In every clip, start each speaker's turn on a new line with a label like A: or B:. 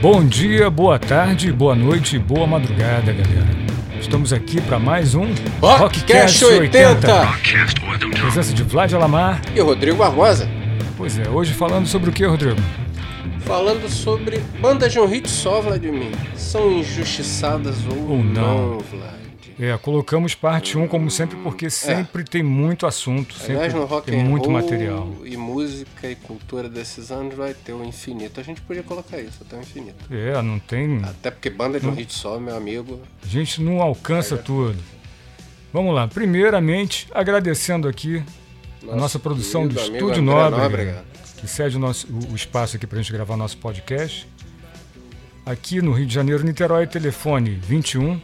A: Bom dia, boa tarde, boa noite, boa madrugada, galera. Estamos aqui para mais um
B: Rockcast 80.
C: Podcast or the
A: Presença de Vlad Alamar.
B: E o Rodrigo Barbosa,
A: Pois é, hoje falando sobre o que, Rodrigo?
B: falando sobre bandas de um hit só, Vladimir. São injustiçadas ou,
A: Ou não.
B: não. Vlad.
A: É, colocamos parte 1 como sempre porque sempre tem muito assunto, sempre
B: É. Aliás, no rock
A: tem
B: and
A: muito
B: roll
A: material.
B: e música e cultura desses anos vai ter o infinito. A gente podia colocar isso, até o infinito.
A: É, não tem,
B: Até porque banda de
A: Hum.
B: um hit só, meu amigo.
A: a gente não alcança tudo. Vamos lá, primeiramente agradecendo aqui a nossa produção do
B: querido
A: Estúdio
B: amigo André
A: Nobre,
B: Nóbrega.
A: que cede o, nosso, o- o espaço aqui para a gente gravar nosso podcast. Aqui no Rio de Janeiro, Niterói, telefone 21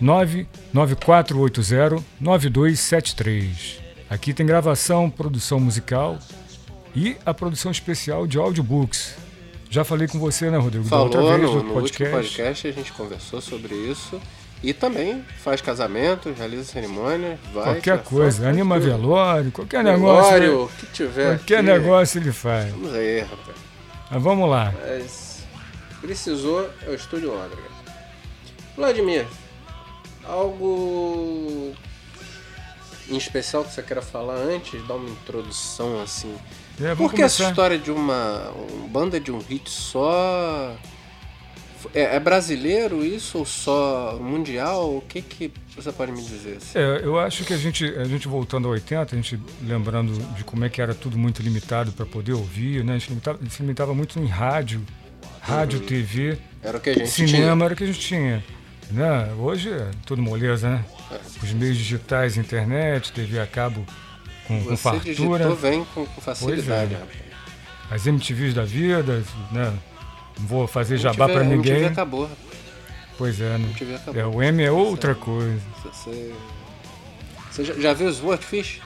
A: 99480 9273. Aqui tem gravação, produção musical e a produção especial de audiobooks. Já falei com você, né, Rodrigo? Da
B: Falou no, no último podcast, a gente conversou sobre isso. E também faz casamentos, realiza cerimônias, vai.
A: Qualquer
B: faz-
A: coisa,
B: faz
A: anima
B: tudo.
A: velório, qualquer negócio. né?
B: Velório, o que tiver.
A: Qualquer
B: aqui.
A: negócio ele faz.
B: Vamos aí, rapaz.
A: Mas vamos lá.
B: Mas precisou é o Estúdio Óbrega. Vladimir, algo em especial que você queira falar antes, dar uma introdução assim.
A: É, vamos
B: Por que essa
A: começar.
B: história de uma um banda de um hit só? É, é brasileiro isso ou só mundial? O que, que você pode me dizer? assim?
A: É, eu acho que a gente, a gente voltando a 80, a gente lembrando de como é que era tudo muito limitado para poder ouvir, né? A gente limitava, se limitava muito em rádio, rádio, TV,
B: Era o que Uhum. a gente
A: cinema era o que a gente tinha. Né? Hoje é tudo moleza, né?
B: É.
A: Os meios digitais, internet, TV a cabo com,
B: tinha.
A: com
B: Você
A: fartura,
B: digitou vem com, com facilidade. né?
A: é.
B: rapaz.
A: as MTVs da vida, né? Não vou fazer jabá
B: MTV
A: para
B: MTV
A: ninguém.
B: acabou. rapaz.
A: Pois é, né?
B: MTV acabou.
A: É, o M é outra coisa.
B: Você, você já, já viu os Swordfish?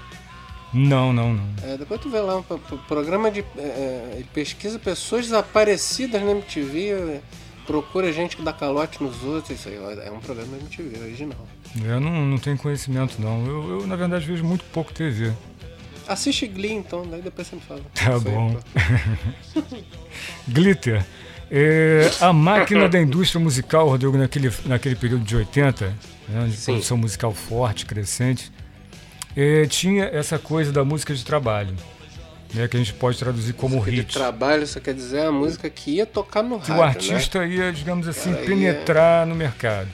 A: Não, não, não.
B: É, depois tu vê lá um pro- pro- programa de é, é, pesquisa pessoas desaparecidas na MTV, é, procura gente que dá calote nos outros, isso aí ó, é um programa da MTV original.
A: Eu não, não tenho conhecimento, não. Eu, eu, na verdade, vejo muito pouco TV.
B: Assiste Glee então, daí depois você me fala.
A: Tá
B: Isso aí,
A: bom.
B: pronto.
A: Glitter. É, a máquina da indústria musical, Rodrigo, naquele, naquele período de 80, né, de
B: Sim.
A: produção musical forte, crescente, é, tinha essa coisa da música de trabalho, né, que a gente pode traduzir como
B: Porque de
A: hit.
B: trabalho, isso quer dizer a música que ia tocar no
A: que o
B: rádio,
A: artista ia, digamos assim,
B: né? Cara, aí é
A: penetrar no mercado.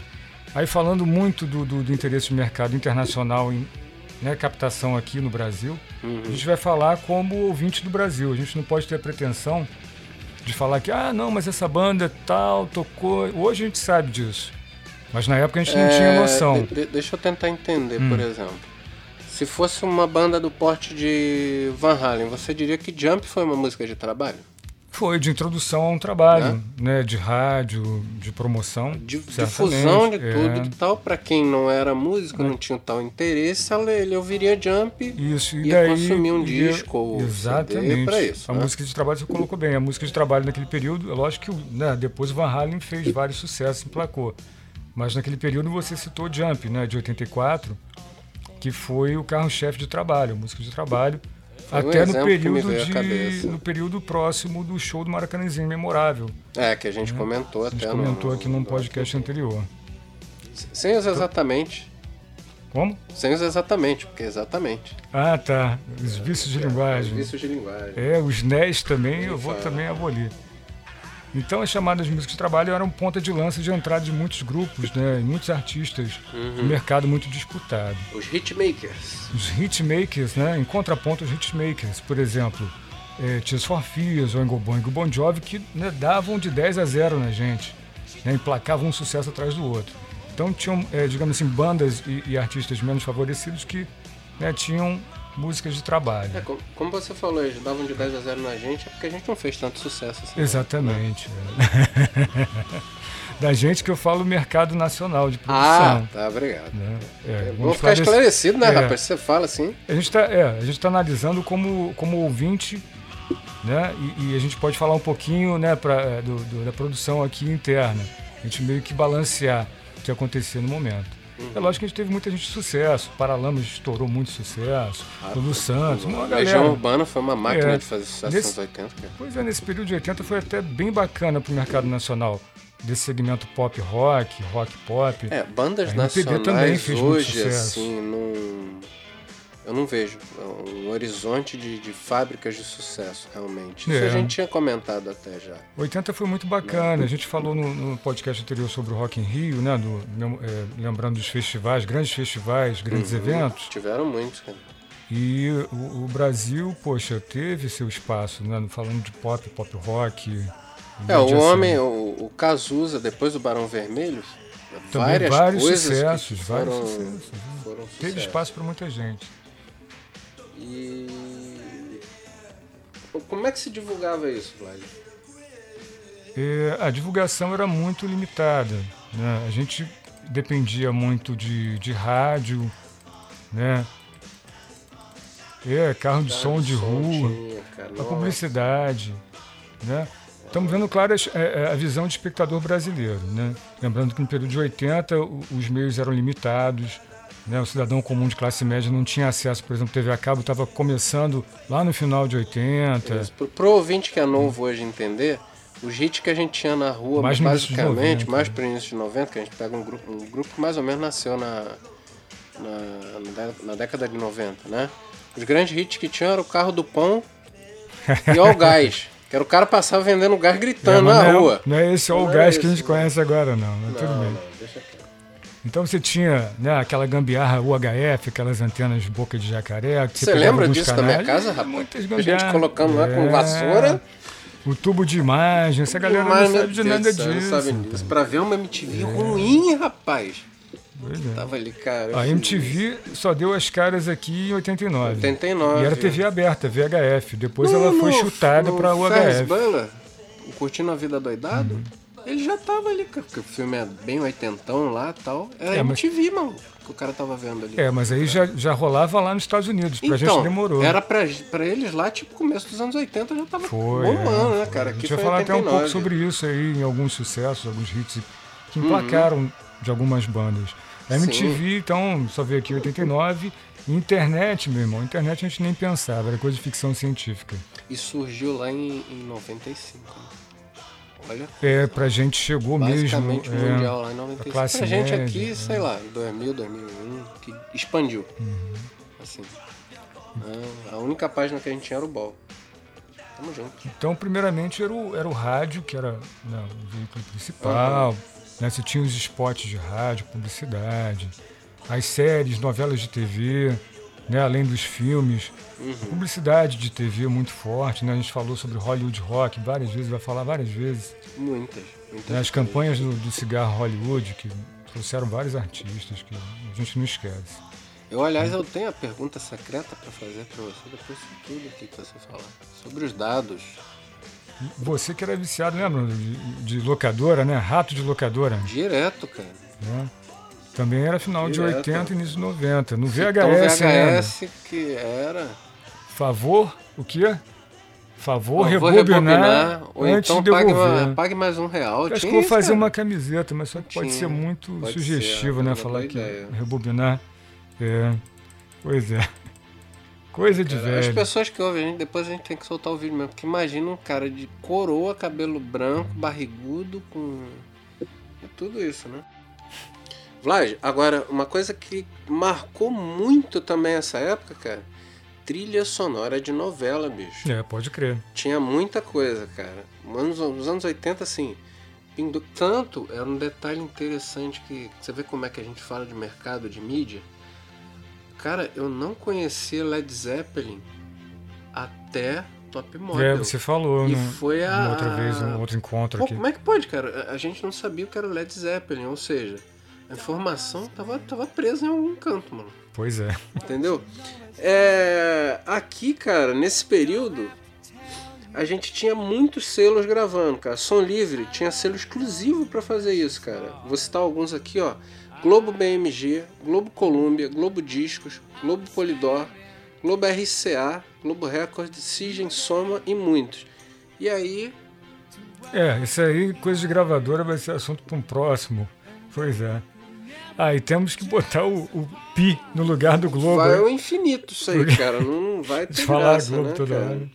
A: Aí falando muito do, do, do interesse de mercado internacional em né, captação aqui no Brasil,
B: Uhum.
A: a gente vai falar como ouvinte do Brasil. A gente não pode ter a pretensão de falar que, ah, não, mas essa banda tal, tocou. Hoje a gente sabe disso. Mas na época a gente
B: né?
A: não tinha
B: É,
A: noção. Hum.
B: de- de- deixa eu tentar entender, por exemplo. Se fosse uma banda do porte de Van Halen, você diria que Jump foi uma música de trabalho?
A: Foi de introdução a um trabalho, né? De rádio, de promoção.
B: Di-
A: certamente.
B: difusão de
A: É.
B: tudo e tal, pra quem não era músico, não tinha tal interesse, ela- ele ouviria Jump.
A: Isso, e
B: Ia
A: daí.
B: consumir um
A: ia-
B: disco ou
A: Exatamente.
B: CD pra isso,
A: a
B: né?
A: música de trabalho você colocou bem. A música de trabalho naquele período, é lógico que o- né, depois o Van Halen fez vários sucessos, emplacou. Mas naquele período você citou Jump, né, de 84, que foi o carro-chefe de trabalho, a música de trabalho.
B: um
A: até no
B: exemplo que me
A: período,
B: veio à
A: de,
B: cabeça.
A: no período próximo do show do Maracanãzinho, memorável.
B: É, que a gente comentou
A: né? A
B: até
A: gente
B: no-
A: comentou aqui num
B: no-
A: podcast anterior.
B: Sem os exatamente.
A: Como?
B: Sem os exatamente, porque exatamente.
A: Ah, tá. Os vícios de linguagem.
B: Vícios de linguagem.
A: É, os NES também eu vou também abolir. Então as chamadas músicas de trabalho eram ponta de lança de entrada de muitos grupos, né? E muitos artistas, um mercado muito disputado.
B: Os hitmakers.
A: Os hitmakers, né? Em contraponto aos hitmakers, por exemplo, é, Tears for Fears, Oingo Boingo, Bon Jovi, que né, davam de 10 a 0 na gente, né? Emplacavam um sucesso atrás do outro. Então tinham, é, digamos assim, bandas e, e artistas menos favorecidos que né, tinham músicas de trabalho.
B: É, como, como você falou, eles davam de 10 a 0 na gente, é porque a gente não fez tanto sucesso assim.
A: Exatamente. é. da gente que eu falo mercado nacional de
B: Ah,
A: produção.
B: tá, obrigado.
A: né? É,
B: É bom
A: vamos
B: ficar
A: esclarecer-
B: esclarecido, né,
A: É.
B: rapaz? Você fala assim.
A: A gente está analisando como, como ouvinte, né? E, e a gente pode falar um pouquinho né, pra, eh, do- do- da produção aqui interna. A gente meio que balancear o que acontecia no momento.
B: Uhum.
A: É lógico que a gente teve muita gente de sucesso. Paralamas estourou muito sucesso.
B: Ah,
A: o Lu Santos, uma
B: A
A: galera.
B: Legião Urbana foi uma máquina
A: É.
B: de fazer sucesso
A: Nesse-
B: nos 80, cara.
A: Pois é, nesse período de 80 foi até bem bacana pro mercado nacional. Desse segmento pop rock, rock pop.
B: É, bandas
A: A MPB
B: nacionais
A: também fez muito
B: hoje,
A: sucesso.
B: assim, não. Eu não vejo um horizonte de, de fábricas de sucesso, realmente. Isso
A: É.
B: a gente tinha comentado até já.
A: 80 foi muito bacana. A gente falou no, no podcast anterior sobre o Rock in Rio, né? do- lem- é, lembrando dos festivais, grandes festivais,
B: Uhum.
A: grandes eventos.
B: Tiveram muitos, cara.
A: E o, o Brasil, poxa, teve seu espaço, né? Falando de pop, pop rock.
B: É, o
A: mídia,
B: homem,
A: assim.
B: o, o Cazuza, depois do Barão Vermelho,
A: Também
B: várias
A: vários
B: coisas que
A: sucessos, vários
B: foram,
A: sucessos, né?
B: foram
A: Teve
B: sucesso.
A: espaço para muita gente.
B: E como é que se divulgava isso, Vlad?
A: É, a divulgação era muito limitada. né? A gente dependia muito de, de rádio, né? É, carro de som de rua.
B: Tinha, Tá, cara,
A: a
B: nossa.
A: publicidade, né? Estamos vendo, claro, as- é, é, a visão do espectador brasileiro, né? Lembrando que no período de 80 o- os meios eram limitados, né? O cidadão comum de classe média não tinha acesso, por exemplo, TV a cabo estava começando lá no final de 80.
B: Mas Pro, pro ouvinte que é novo hoje entender, os hits que a gente tinha na rua,
A: Mais no início de
B: basicamente,
A: 90,
B: mais
A: né?
B: pro início de 90, que a gente pega um grupo, um grupo que mais ou menos nasceu na, na, na dé- na década de 90, né? Os grandes hits que tinham era o carro do pão e o gás. Que era o cara passar vendendo gás
A: É,
B: gritando
A: mas
B: na
A: não é-
B: rua.
A: Não é esse o
B: Não é
A: gás que a
B: esse,
A: gente
B: né?
A: conhece agora, não. Mas tudo
B: Não,
A: bem.
B: não, deixa quieto.
A: Então você tinha né, aquela gambiarra UHF, aquelas antenas boca de jacaré. que
B: Você
A: pegava
B: lembra
A: alguns
B: disso
A: canais. é
B: da minha casa, rapaz?
A: Muitas
B: a gente
A: gambiarras.
B: colocando lá com
A: É.
B: vassoura.
A: O tubo de imagem, essa galera
B: Mas,
A: não
B: meu
A: sabe de
B: Deus
A: nada
B: do céu,
A: disso.
B: Não sabe disso. Pra ver uma MTV ruim, rapaz.
A: Pois é.
B: Tava ali, cara. assim,
A: A
B: eu-
A: MTV só deu as caras aqui em 89.
B: 89.
A: E era
B: é.
A: TV aberta, VHF. Depois
B: No-
A: ela foi
B: no-
A: chutada
B: no
A: pra
B: Ferris
A: UHF.
B: Bueller, o Curtindo a Vida Doidado, ele já tava ali, cara. Porque o filme é bem oitentão lá e tal. Era
A: É, mas-
B: MTV, mano, que o cara tava vendo ali.
A: É, mas aí já, já rolava lá nos Estados Unidos. Pra
B: Então,
A: gente demorou.
B: era pra, pra eles lá, tipo, começo dos anos 80 já tava
A: Foi.
B: bombando,
A: é,
B: né, cara?
A: A
B: Aqui
A: gente vai
B: foi
A: falar até um pouco
B: 89.
A: sobre isso aí, em alguns sucessos, alguns hits que
B: Uhum.
A: emplacaram de algumas bandas. A MTV, então, só veio aqui em 89. Internet, meu irmão, internet a gente nem pensava, era coisa de ficção científica.
B: E surgiu lá em, em 95. né? Olha,
A: É, pra gente chegou mesmo.
B: basicamente
A: é,
B: mundial lá em 95. Pra
A: classe
B: gente
A: média,
B: aqui,
A: é.
B: sei lá, 2000, 2001, que expandiu.
A: Uhum.
B: Assim. Ah, A única página que a gente tinha era o Ball. Tamo junto.
A: Então, primeiramente, era o, era o rádio, que era né, o veículo principal. Né, você tinha os spots de rádio, publicidade, as séries, novelas de TV, né, além dos filmes. Publicidade de TV muito forte. Né, a gente falou sobre Hollywood Rock várias vezes, vai falar várias vezes.
B: Muitas. muitas
A: Né, as campanhas do, do cigarro Hollywood, que trouxeram vários artistas, que a gente não esquece.
B: Eu, aliás, eu tenho a pergunta secreta pra fazer pra você depois de tudo aqui que você falar. Sobre os dados.
A: E Você que era viciado, lembra? De, de locadora, né? Rato de locadora.
B: Direto, cara.
A: né? Também era final de
B: Direto.
A: 80 e início de 90. No VHS,
B: então,
A: ainda.
B: VHS que era.
A: né, Favor, o quê? Favor,
B: Eu vou
A: rebobinar,
B: Ou
A: antes
B: então
A: de
B: pague,
A: devolver.
B: uma- pague mais um real.
A: Eu Acho
B: Tinha
A: que vou
B: isso,
A: fazer
B: cara.
A: uma camiseta, mas só que pode
B: Tinha.
A: ser muito
B: Pode
A: sugestivo,
B: ser, é
A: né?
B: uma
A: Falar
B: boa
A: que
B: ideia.
A: rebobinar. É. Pois é. Coisa de
B: As
A: velho.
B: pessoas que ouvem a gente, depois a gente tem que soltar o vídeo mesmo. Porque imagina um cara de coroa, cabelo branco, barrigudo, com. com tudo isso, né? Vlad, agora, uma coisa que marcou muito também essa época, cara. Trilha sonora de novela, bicho.
A: É, pode crer.
B: Tinha muita coisa, cara. Nos, nos anos 80, assim, Pindu... tanto era um detalhe interessante que você vê como é que a gente fala de mercado, de mídia. Cara, eu não conhecia Led Zeppelin até Top
A: É,
B: Model.
A: você falou,
B: E
A: né?
B: foi a-
A: uma outra vez, um outro encontro
B: Pô,
A: aqui.
B: como é que pode, cara? A a gente não sabia o que era Led Zeppelin, ou seja, a informação tava, tava presa em algum canto, mano.
A: Pois é.
B: Entendeu? É, aqui, cara, nesse período, a gente tinha muitos selos gravando, cara. Som Livre tinha selo exclusivo pra fazer isso, cara. Vou citar alguns aqui, ó. Globo BMG, Globo Colômbia, Globo Discos, Globo Polidor, Globo RCA, Globo Record, Sigen Soma e muitos. E aí,
A: É, isso aí, coisa de gravadora vai ser assunto para um próximo. Pois é. Aí temos que botar o, o pi no lugar do Globo.
B: Vai
A: né?
B: ao infinito isso aí, cara. Não vai ter
A: Falar
B: graça,
A: Globo
B: né,
A: toda
B: cara?
A: hora.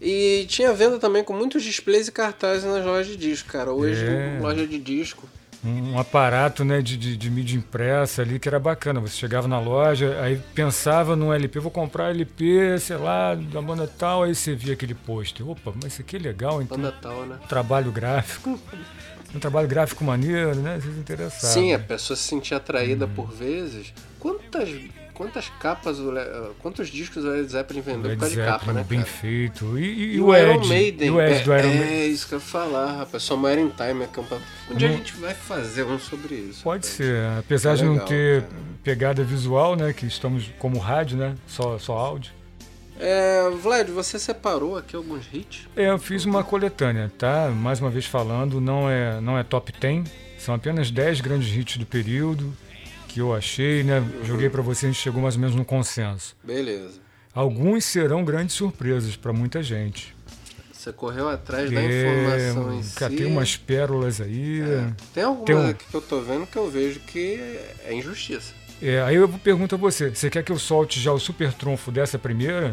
B: E tinha venda também com muitos displays e cartazes nas lojas de disco, cara. Hoje,
A: É.
B: loja de disco.
A: um aparato né, de, de, de mídia impressa ali que era bacana. Você chegava na loja, aí pensava num LP, vou comprar LP, sei lá, da banda tal, aí você via aquele pôster. Opa, mas isso aqui é legal, então
B: Banda tal, né?
A: trabalho gráfico. Um trabalho gráfico maneiro, né? Vocês interessavam.
B: Sim, é a pessoa se sentia atraída
A: Uhum.
B: por vezes. Quantas, quantas capas, o Le- quantos discos o Led Zeppelin vendeu por
A: Led
B: causa de capa,
A: Zeppelin,
B: né,
A: bem
B: cara?
A: feito. E, e-
B: E
A: e o
B: Iron
A: Ed.
B: Maiden.
A: e o Ed
B: é,
A: do Iron
B: é
A: Maiden.
B: isso que eu ia falar, rapaz. Só uma em Time acampa. Um dia a
A: Não-
B: gente vai fazer um sobre isso.
A: Uhum. Pode
B: rapaz.
A: ser, né? apesar de não
B: legal,
A: ter
B: cara.
A: pegada visual, né? Que estamos como rádio, né? Só, só áudio.
B: É, Vlad, você separou aqui alguns hits?
A: É, eu fiz uma coletânea, tá? Mais uma vez falando, não é, não é top 10, são apenas 10 grandes hits do período que eu achei, né? Joguei pra você, a gente chegou mais ou menos no consenso.
B: Beleza.
A: Alguns serão grandes surpresas pra muita gente.
B: Você correu atrás da
A: Tem,
B: informação em si. É.
A: cara, tem umas pérolas aí.
B: Tem algumas
A: Tem um-
B: aqui que eu tô vendo que eu vejo que é injustiça.
A: É, aí eu pergunto a você, você quer que eu solte já o super trunfo dessa primeira?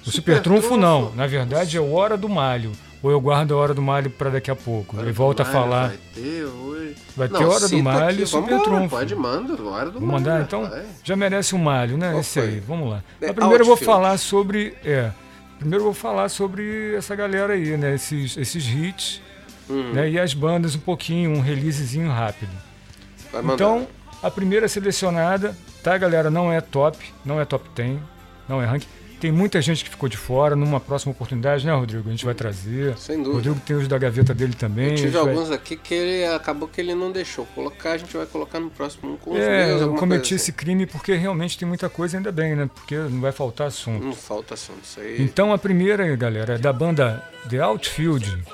A: O super,
B: Super
A: trunfo,
B: trunfo?
A: não, na verdade é o hora do malho. Ou eu guardo a hora do malho pra daqui a pouco. Ele volta a
B: Vai,
A: falar.
B: Vai ter hoje.
A: Vai ter Hora do
B: cita
A: Malho
B: aqui,
A: e Super
B: vambora,
A: Trunfo.
B: Pode mandar, hora do
A: Vou
B: Malho,
A: mandar, então
B: vai.
A: já merece um malho, né?
B: Qual
A: Esse
B: foi?
A: aí, vamos lá.
B: É,
A: Mas primeiro eu vou
B: Outfield.
A: falar sobre. É, primeiro eu vou falar sobre essa galera aí, né? Esses, esses hits
B: Hum.
A: né? e as bandas um pouquinho, um releasezinho rápido.
B: Vai mandar.
A: Então, a primeira selecionada, tá, galera? Não é top, não é top 10, não é ranking. Tem muita gente que ficou de fora, numa próxima oportunidade, né, Rodrigo? A gente vai trazer.
B: Sem dúvida.
A: Rodrigo tem os da gaveta dele também. a gente
B: Tive
A: vai-
B: alguns aqui que ele acabou que ele não deixou colocar, a gente vai colocar no próximo um com os
A: É,
B: meus,
A: eu
B: alguma
A: cometi
B: coisa assim.
A: esse crime porque realmente tem muita coisa, ainda bem, né? Porque não vai faltar assunto.
B: assim. Não falta assunto, isso aí.
A: Então a primeira, galera, é da banda The Outfield,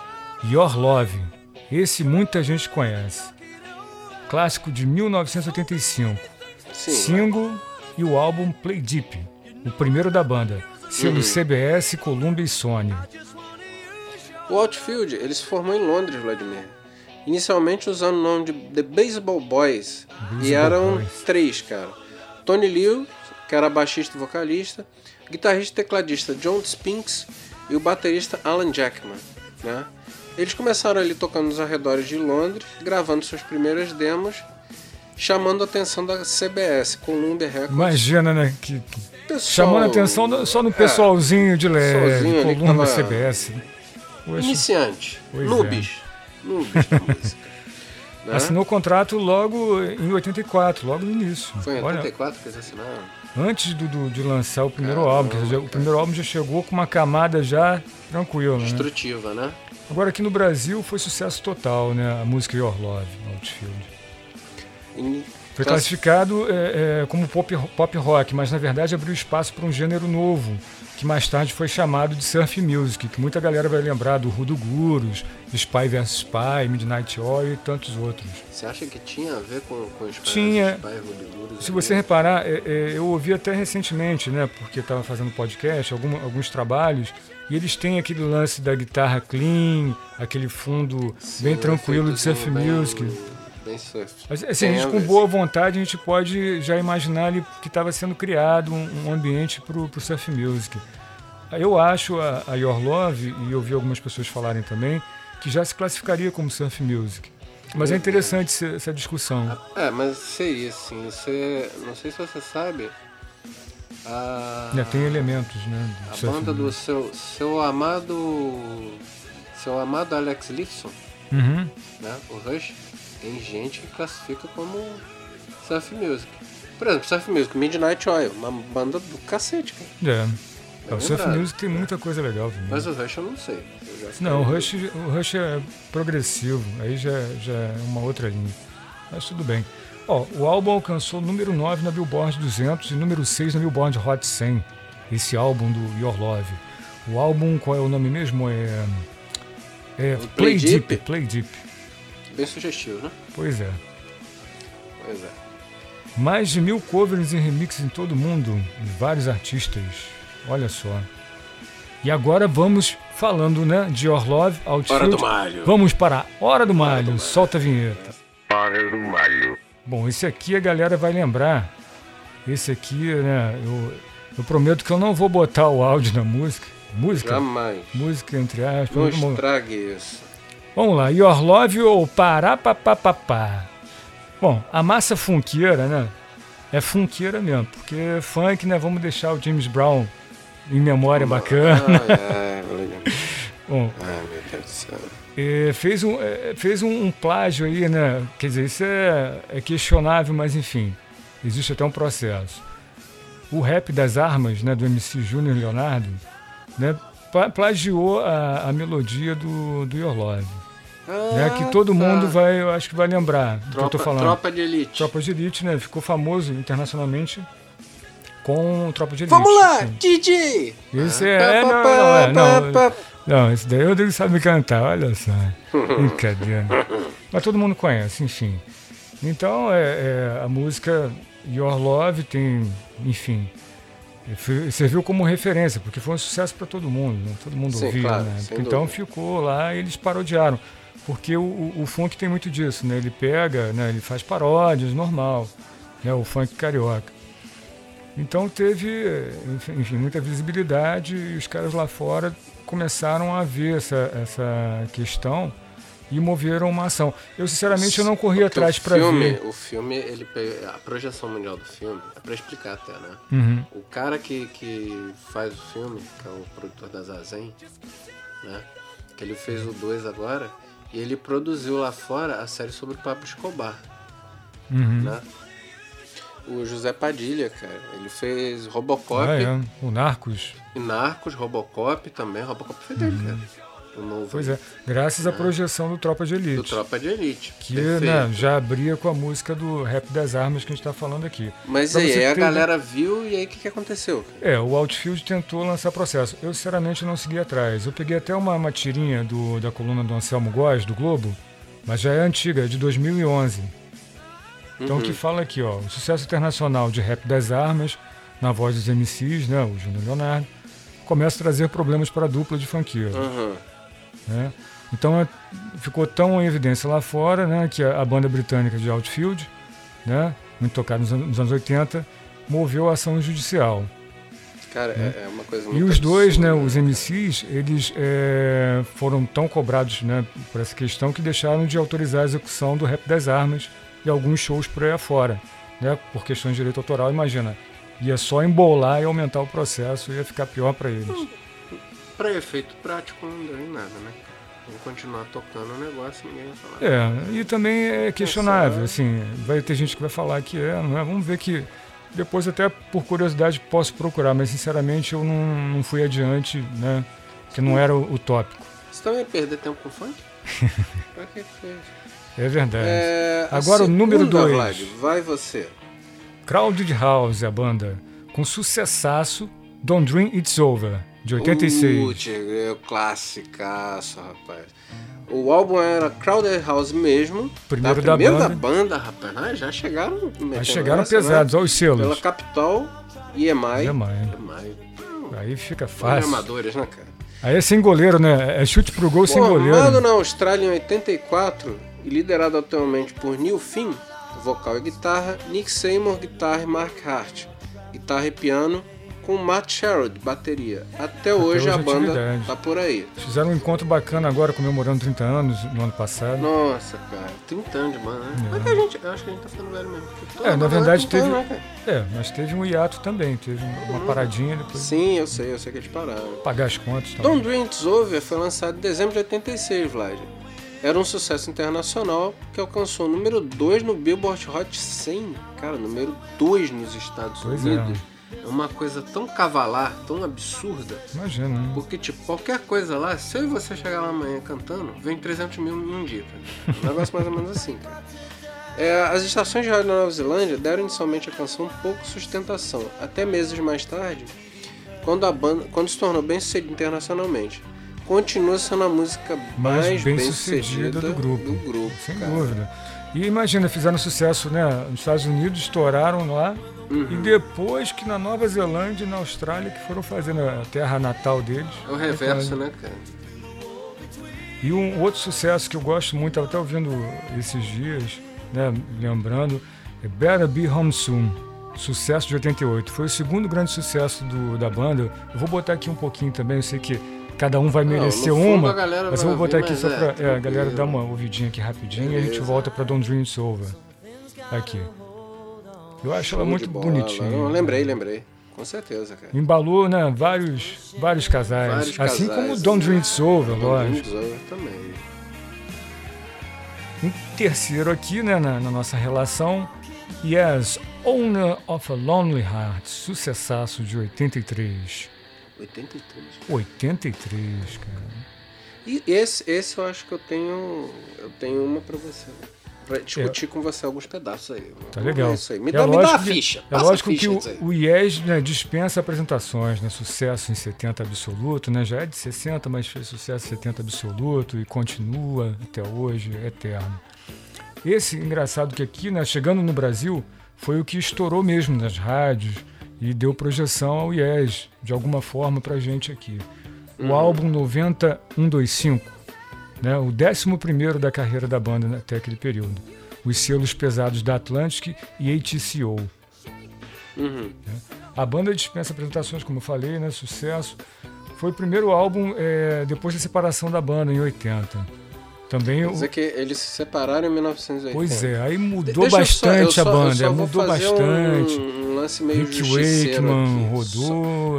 A: Your Love. Esse muita gente conhece. Clássico de 1985.
B: Sim,
A: Single e o álbum Play Deep, o primeiro da banda. Selo
B: Uhum.
A: CBS, Columbia e Sony.
B: O Outfield, ele se formou em Londres, Vladimir. Inicialmente usando o nome de The Baseball Boys. e
A: Baseball
B: eram
A: Boys.
B: três, cara. Tony Liu, que era baixista e vocalista, guitarrista e tecladista John Spinks e o baterista Alan Jackman, né? Eles começaram ali tocando nos arredores de Londres, gravando suas primeiras demos, chamando a atenção da CBS, Columbia Records.
A: Imagina, né? Que, que-
B: Pessoal-
A: chamando a atenção no- só no
B: É,
A: pessoalzinho de
B: pessoalzinho
A: leve,
B: ali que
A: Columbia
B: tava-
A: CBS. Poxa,
B: iniciante,
A: Pois é.
B: noobs, noobs da música. né?
A: assinou o contrato logo em 84, logo no início.
B: Foi em
A: Olha,
B: 84 que eles assinaram?
A: antes do, do- de lançar o primeiro
B: Caramba,
A: álbum. Quer dizer, o
B: cara.
A: primeiro álbum já chegou com uma camada já tranquila, né?
B: Destrutiva, né?
A: Agora aqui no Brasil foi sucesso total, né? A música Your Love, Outfield.
B: E- então,
A: Foi
B: Class-
A: classificado é, é, como pop, pop rock, mas na verdade abriu espaço para um gênero novo, que mais tarde foi chamado de surf music, que muita galera vai lembrar do Rudo Gurus, Spy vs Spy, Midnight Oil e tantos outros.
B: Você acha que tinha a ver com, com os
A: Tinha.
B: bairros de Lourdes
A: Se
B: ali?
A: você reparar, é, é, eu ouvi até recentemente, né? Porque estava fazendo podcast, alguma- alguns trabalhos, e eles têm aquele lance da guitarra clean, aquele fundo
B: Sim,
A: bem
B: um
A: tranquilo de surf
B: efeitozinho bem-
A: music.
B: Bem surf.
A: Mas, assim, a
B: Tem
A: gente
B: a
A: com
B: ver.
A: boa vontade, a gente pode já imaginar ali que estava sendo criado um, um ambiente para o surf music. Eu acho a, a Your Love, e eu vi algumas pessoas falarem também, que já se classificaria como surf music. Mas
B: Uhum.
A: é interessante essa, essa discussão.
B: É, mas sei assim, você. Não sei se você sabe. A,
A: Né, Tem elementos, né? do
B: ah. a
A: surf
B: banda do
A: music.
B: seu, seu amado. Seu amado Alex Lifson,
A: Uhum.
B: né? O Rush, tem gente que classifica como surf music. Por exemplo, surf music, Midnight Oil, uma banda do cacete, cara.
A: É.
B: É
A: O surf
B: verdade.
A: music tem muita coisa legal. viu?
B: Mas o Rush eu não sei. Eu já
A: Não, o
B: fiquei-
A: Rush, o Rush é progressivo, aí já, já é uma outra linha. Mas tudo bem. Ó, o álbum alcançou número 9 na Billboard 200 e número 6 na Billboard Hot 100, esse álbum do Your Love. O álbum, qual é o nome mesmo? É, é
B: O
A: Play
B: Play
A: Deep.
B: Deep.
A: Play Deep,
B: Bem sugestivo, né?
A: pois é.
B: Pois é.
A: Mais de mil covers e remixes em todo o mundo, de vários artistas. Olha só. E agora vamos falando, né, de Your Love, Outfield.
B: Malho.
A: Vamos para a Hora do Malho. Solta a vinheta.
C: para do Malho.
A: Bom, esse aqui a galera vai lembrar. Esse aqui, né? Eu, eu prometo que eu não vou botar o áudio na música. Música?
B: Jamais.
A: Música, entre aspas.
B: Não
A: vamos-
B: estrague isso.
A: Vamos lá, Your Love ou Pará Papapá. Bom, a massa funkeira, né? É funkeira mesmo, porque funk, né? Vamos deixar o James Brown em memória bacana.
B: Ai, ai, olha.
A: Bom,
B: ai, meu Deus do céu.
A: eh, fez um, eh, fez um, um plágio aí, né? Quer dizer, isso é, é questionável, mas enfim, existe até um processo. O rap das armas, né? Do MC Júnior Leonardo, né? pla- Plagiou a, a melodia do, do Your Love. né, que todo
B: Ah, tá.
A: mundo vai, eu acho que vai lembrar do que eu
B: Tropa,
A: tô falando. Tropa,
B: tropa de elite.
A: de Elite, né? Ficou famoso internacionalmente com Tropa de Elite.
B: Vamos lá,
A: assim.
B: DJ!
A: Esse é, é, não, não, é, não, não, esse daí é o Rodrigo sabe cantar, olha só. Brincadeira. Mas todo mundo conhece, enfim. Então, é, é, a música Your Love tem, enfim, é, foi- serviu como referência, porque foi um sucesso para todo mundo, né? todo mundo
B: Sim,
A: ouvia
B: claro,
A: na
B: sem
A: época. Então
B: dúvida.
A: ficou lá e eles parodiaram. Porque o, o, o funk tem muito disso, né? Ele pega, né? ele faz paródias, normal. Né? O funk carioca. Então teve, enfim, muita visibilidade e os caras lá fora começaram a ver essa, essa questão e moveram uma ação. Eu, sinceramente, eu não corri
B: Porque
A: atrás
B: o
A: para
B: filme-
A: ver.
B: O filme, ele pe- a projeção mundial do filme, é pra explicar até, né?
A: Uhum.
B: O cara que, que faz o filme, que é o produtor da Zazen, né? Que ele fez o 2 agora, e ele produziu lá fora a série sobre o Pablo Escobar,
A: Uhum.
B: né? O José Padilha, cara, ele fez Robocop
A: Ah, é. O Narcos.
B: e Narcos, Robocop também, Robocop foi dele, cara. O novo
A: Uhum. Pois é. Graças à projeção do Tropa de
B: do
A: Elite.
B: Tropa de Elite.
A: Que
B: perfeito.
A: né, já abria com a música do Rap das Armas que a gente está falando aqui.
B: Mas
A: Pra
B: aí,
A: você
B: aí a
A: ter- né?
B: galera viu e aí o que, que aconteceu? cara?
A: É, o Outfield tentou lançar processo. Eu, sinceramente, não segui atrás. Eu peguei até uma, uma tirinha do, da coluna do Anselmo Góes, do Globo, mas já é antiga, é de 2011. Então, o que fala aqui, ó, o sucesso internacional de Rap das Armas, na voz dos MCs, né, o Júnior Leonardo, começa a trazer problemas para a dupla de funkeiros.
B: Aham.
A: né? Então é- ficou tão em evidência lá fora né, que a, a banda britânica de Outfield, né, muito tocada nos, an- nos anos 80, moveu a ação judicial.
B: Cara, é, é uma coisa muito
A: Né? E os dois, né,
B: absurda,
A: os MCs, eles é, foram tão cobrados né, por essa questão que deixaram de autorizar a execução do rap das armas e alguns shows por aí afora. Né, por questões de direito autoral, imagina. Ia só embolar e aumentar o processo, ia ficar pior para eles.
B: Pra efeito prático não deu em nada, né? Vamos continuar tocando o negócio, ninguém vai falar.
A: É, e também é questionável, assim, vai ter gente que vai falar que é, não é? Vamos ver que depois até por curiosidade posso procurar, mas sinceramente eu não, não fui adiante, né, que não era o, o tópico.
B: Você também ia perder tempo com funk? pra que fez?
A: É verdade.
B: É, a
A: Agora o número
B: segunda,
A: dois.
B: Vlad, vai você.
A: Crowded House, é a banda, com sucessaço Don't Dream It's Over, de 86.
B: Uh, Diego, é o classicaço, rapaz. O álbum era Crowded House mesmo.
A: Primeiro
B: tá?
A: da
B: Primeiro
A: banda.
B: da banda, rapaz. Ah, já chegaram.
A: Mas
B: metendo
A: chegaram
B: essa, né?
A: pesados, olha os
B: Pela
A: selos.
B: Capital e EMAI.
A: EMI.
B: EMAI.
A: Aí fica
B: Olha,
A: fácil.
B: amadores, É né, cara?
A: Aí é sem goleiro, né? É chute pro gol sem
B: Formado
A: goleiro.
B: na Austrália em 84 e liderado atualmente por Neil Finn, vocal e guitarra, Nick Seymour, guitarra e Mark Hart, guitarra e piano, com Matt Sherrod, bateria. Até hoje a
A: hoje, é
B: banda
A: atividade.
B: tá por aí.
A: Fizeram um encontro bacana agora, comemorando 30 anos no ano passado.
B: Nossa, cara, 30 anos de banda, né? Mas a gente, eu acho que a gente tá ficando velho mesmo. porque toda
A: É, na
B: banda
A: verdade,
B: tem
A: teve-
B: 30 anos, né, cara?
A: É, mas teve um hiato também, teve uma paradinha depois
B: Sim, eu sei, eu sei que eles pararam.
A: pagar as contas. Tá?
B: Don't Dream It's Over foi lançado em dezembro de 86, Vlad. Era um sucesso internacional que alcançou o número 2 no Billboard Hot 100. Cara, número 2 nos Estados
A: Pois é.
B: Unidos. É. uma coisa tão cavalar, tão absurda.
A: Imagina, né?
B: Porque, tipo, qualquer coisa lá, se eu e você chegar lá amanhã cantando, vem 300 mil em um dia, cara. Um negócio mais ou menos assim, cara. É, as estações de rádio na Nova Zelândia deram inicialmente à canção um pouco sustentação, até meses mais tarde, quando a banda quando se tornou bem sucedida internacionalmente. Continua sendo a música mais,
A: mais bem, sucedida do grupo.
B: do grupo,
A: sem
B: cara.
A: dúvida. E imagina, fizeram sucesso né, nos Estados Unidos, estouraram lá. E
B: Uhum.
A: depois que na Nova Zelândia e na Austrália, que foram fazendo a terra natal deles.
B: É o reverso, né, cara?
A: E um outro sucesso que eu gosto muito, estava até ouvindo esses dias, né, lembrando, é Better Be Home Soon, sucesso de 88. Foi o segundo grande sucesso do, da banda. Eu vou botar aqui um pouquinho também, eu sei que cada um vai merecer
B: no fundo
A: uma,
B: a galera
A: mas eu
B: vai
A: vou botar
B: ouvir,
A: aqui
B: mas
A: só
B: é,
A: pra é, a galera
B: tranquilo.
A: dar uma ouvidinha aqui rapidinho e a gente
B: Beleza.
A: volta pra Don't Dream It's Over. Aqui. Eu acho ela
B: Show
A: muito
B: de bola.
A: bonitinha.
B: Não, lembrei, lembrei. Com certeza, cara.
A: Embalou, né, vários, vários casais.
B: Vários
A: assim
B: casais,
A: como Don't Dream It's Over,
B: Don't
A: lógico.
B: Dream It's Over também.
A: Um terceiro aqui, né, na, na nossa relação. Yes, Owner of a Lonely Heart, sucessaço de 83.
B: 83.
A: 83, cara.
B: E esse, esse eu acho que eu tenho. Eu tenho uma pra você. Pra discutir com você alguns pedaços aí.
A: É. Tá
B: Vamos
A: legal.
B: ver Isso aí. Me,
A: É
B: dá, me dá a
A: lógico que-
B: ficha.
A: É
B: Passa a
A: lógico
B: ficha
A: que o,
B: disso aí.
A: o IES né, dispensa apresentações, né? Sucesso em 70 absoluto, né? Já é de 60, mas fez sucesso em 70 absoluto e continua até hoje, é eterno. Esse engraçado que aqui, né, chegando no Brasil, foi o que estourou mesmo nas rádios e deu projeção ao IES, de alguma forma, pra gente aqui. O
B: Uhum.
A: álbum 90125, né, o 11 primeiro da carreira da banda né, até aquele período. Os selos pesados da Atlantic e ATCO.
B: Uhum.
A: Né? A banda dispensa apresentações, como eu falei, né? Sucesso. Foi o primeiro álbum é, depois da separação da banda, em 80. Também o.
B: Quer dizer que eles se separaram em 1980.
A: Pois é, aí
B: De-
A: mudou
B: deixa eu só- eu
A: bastante
B: só-
A: a
B: eu
A: banda,
B: só vou
A: mudou
B: fazer um-
A: bastante.
B: Um lance meio
A: Rick
B: justiceiro
A: Wakeman
B: aqui.
A: rodou,
B: Só,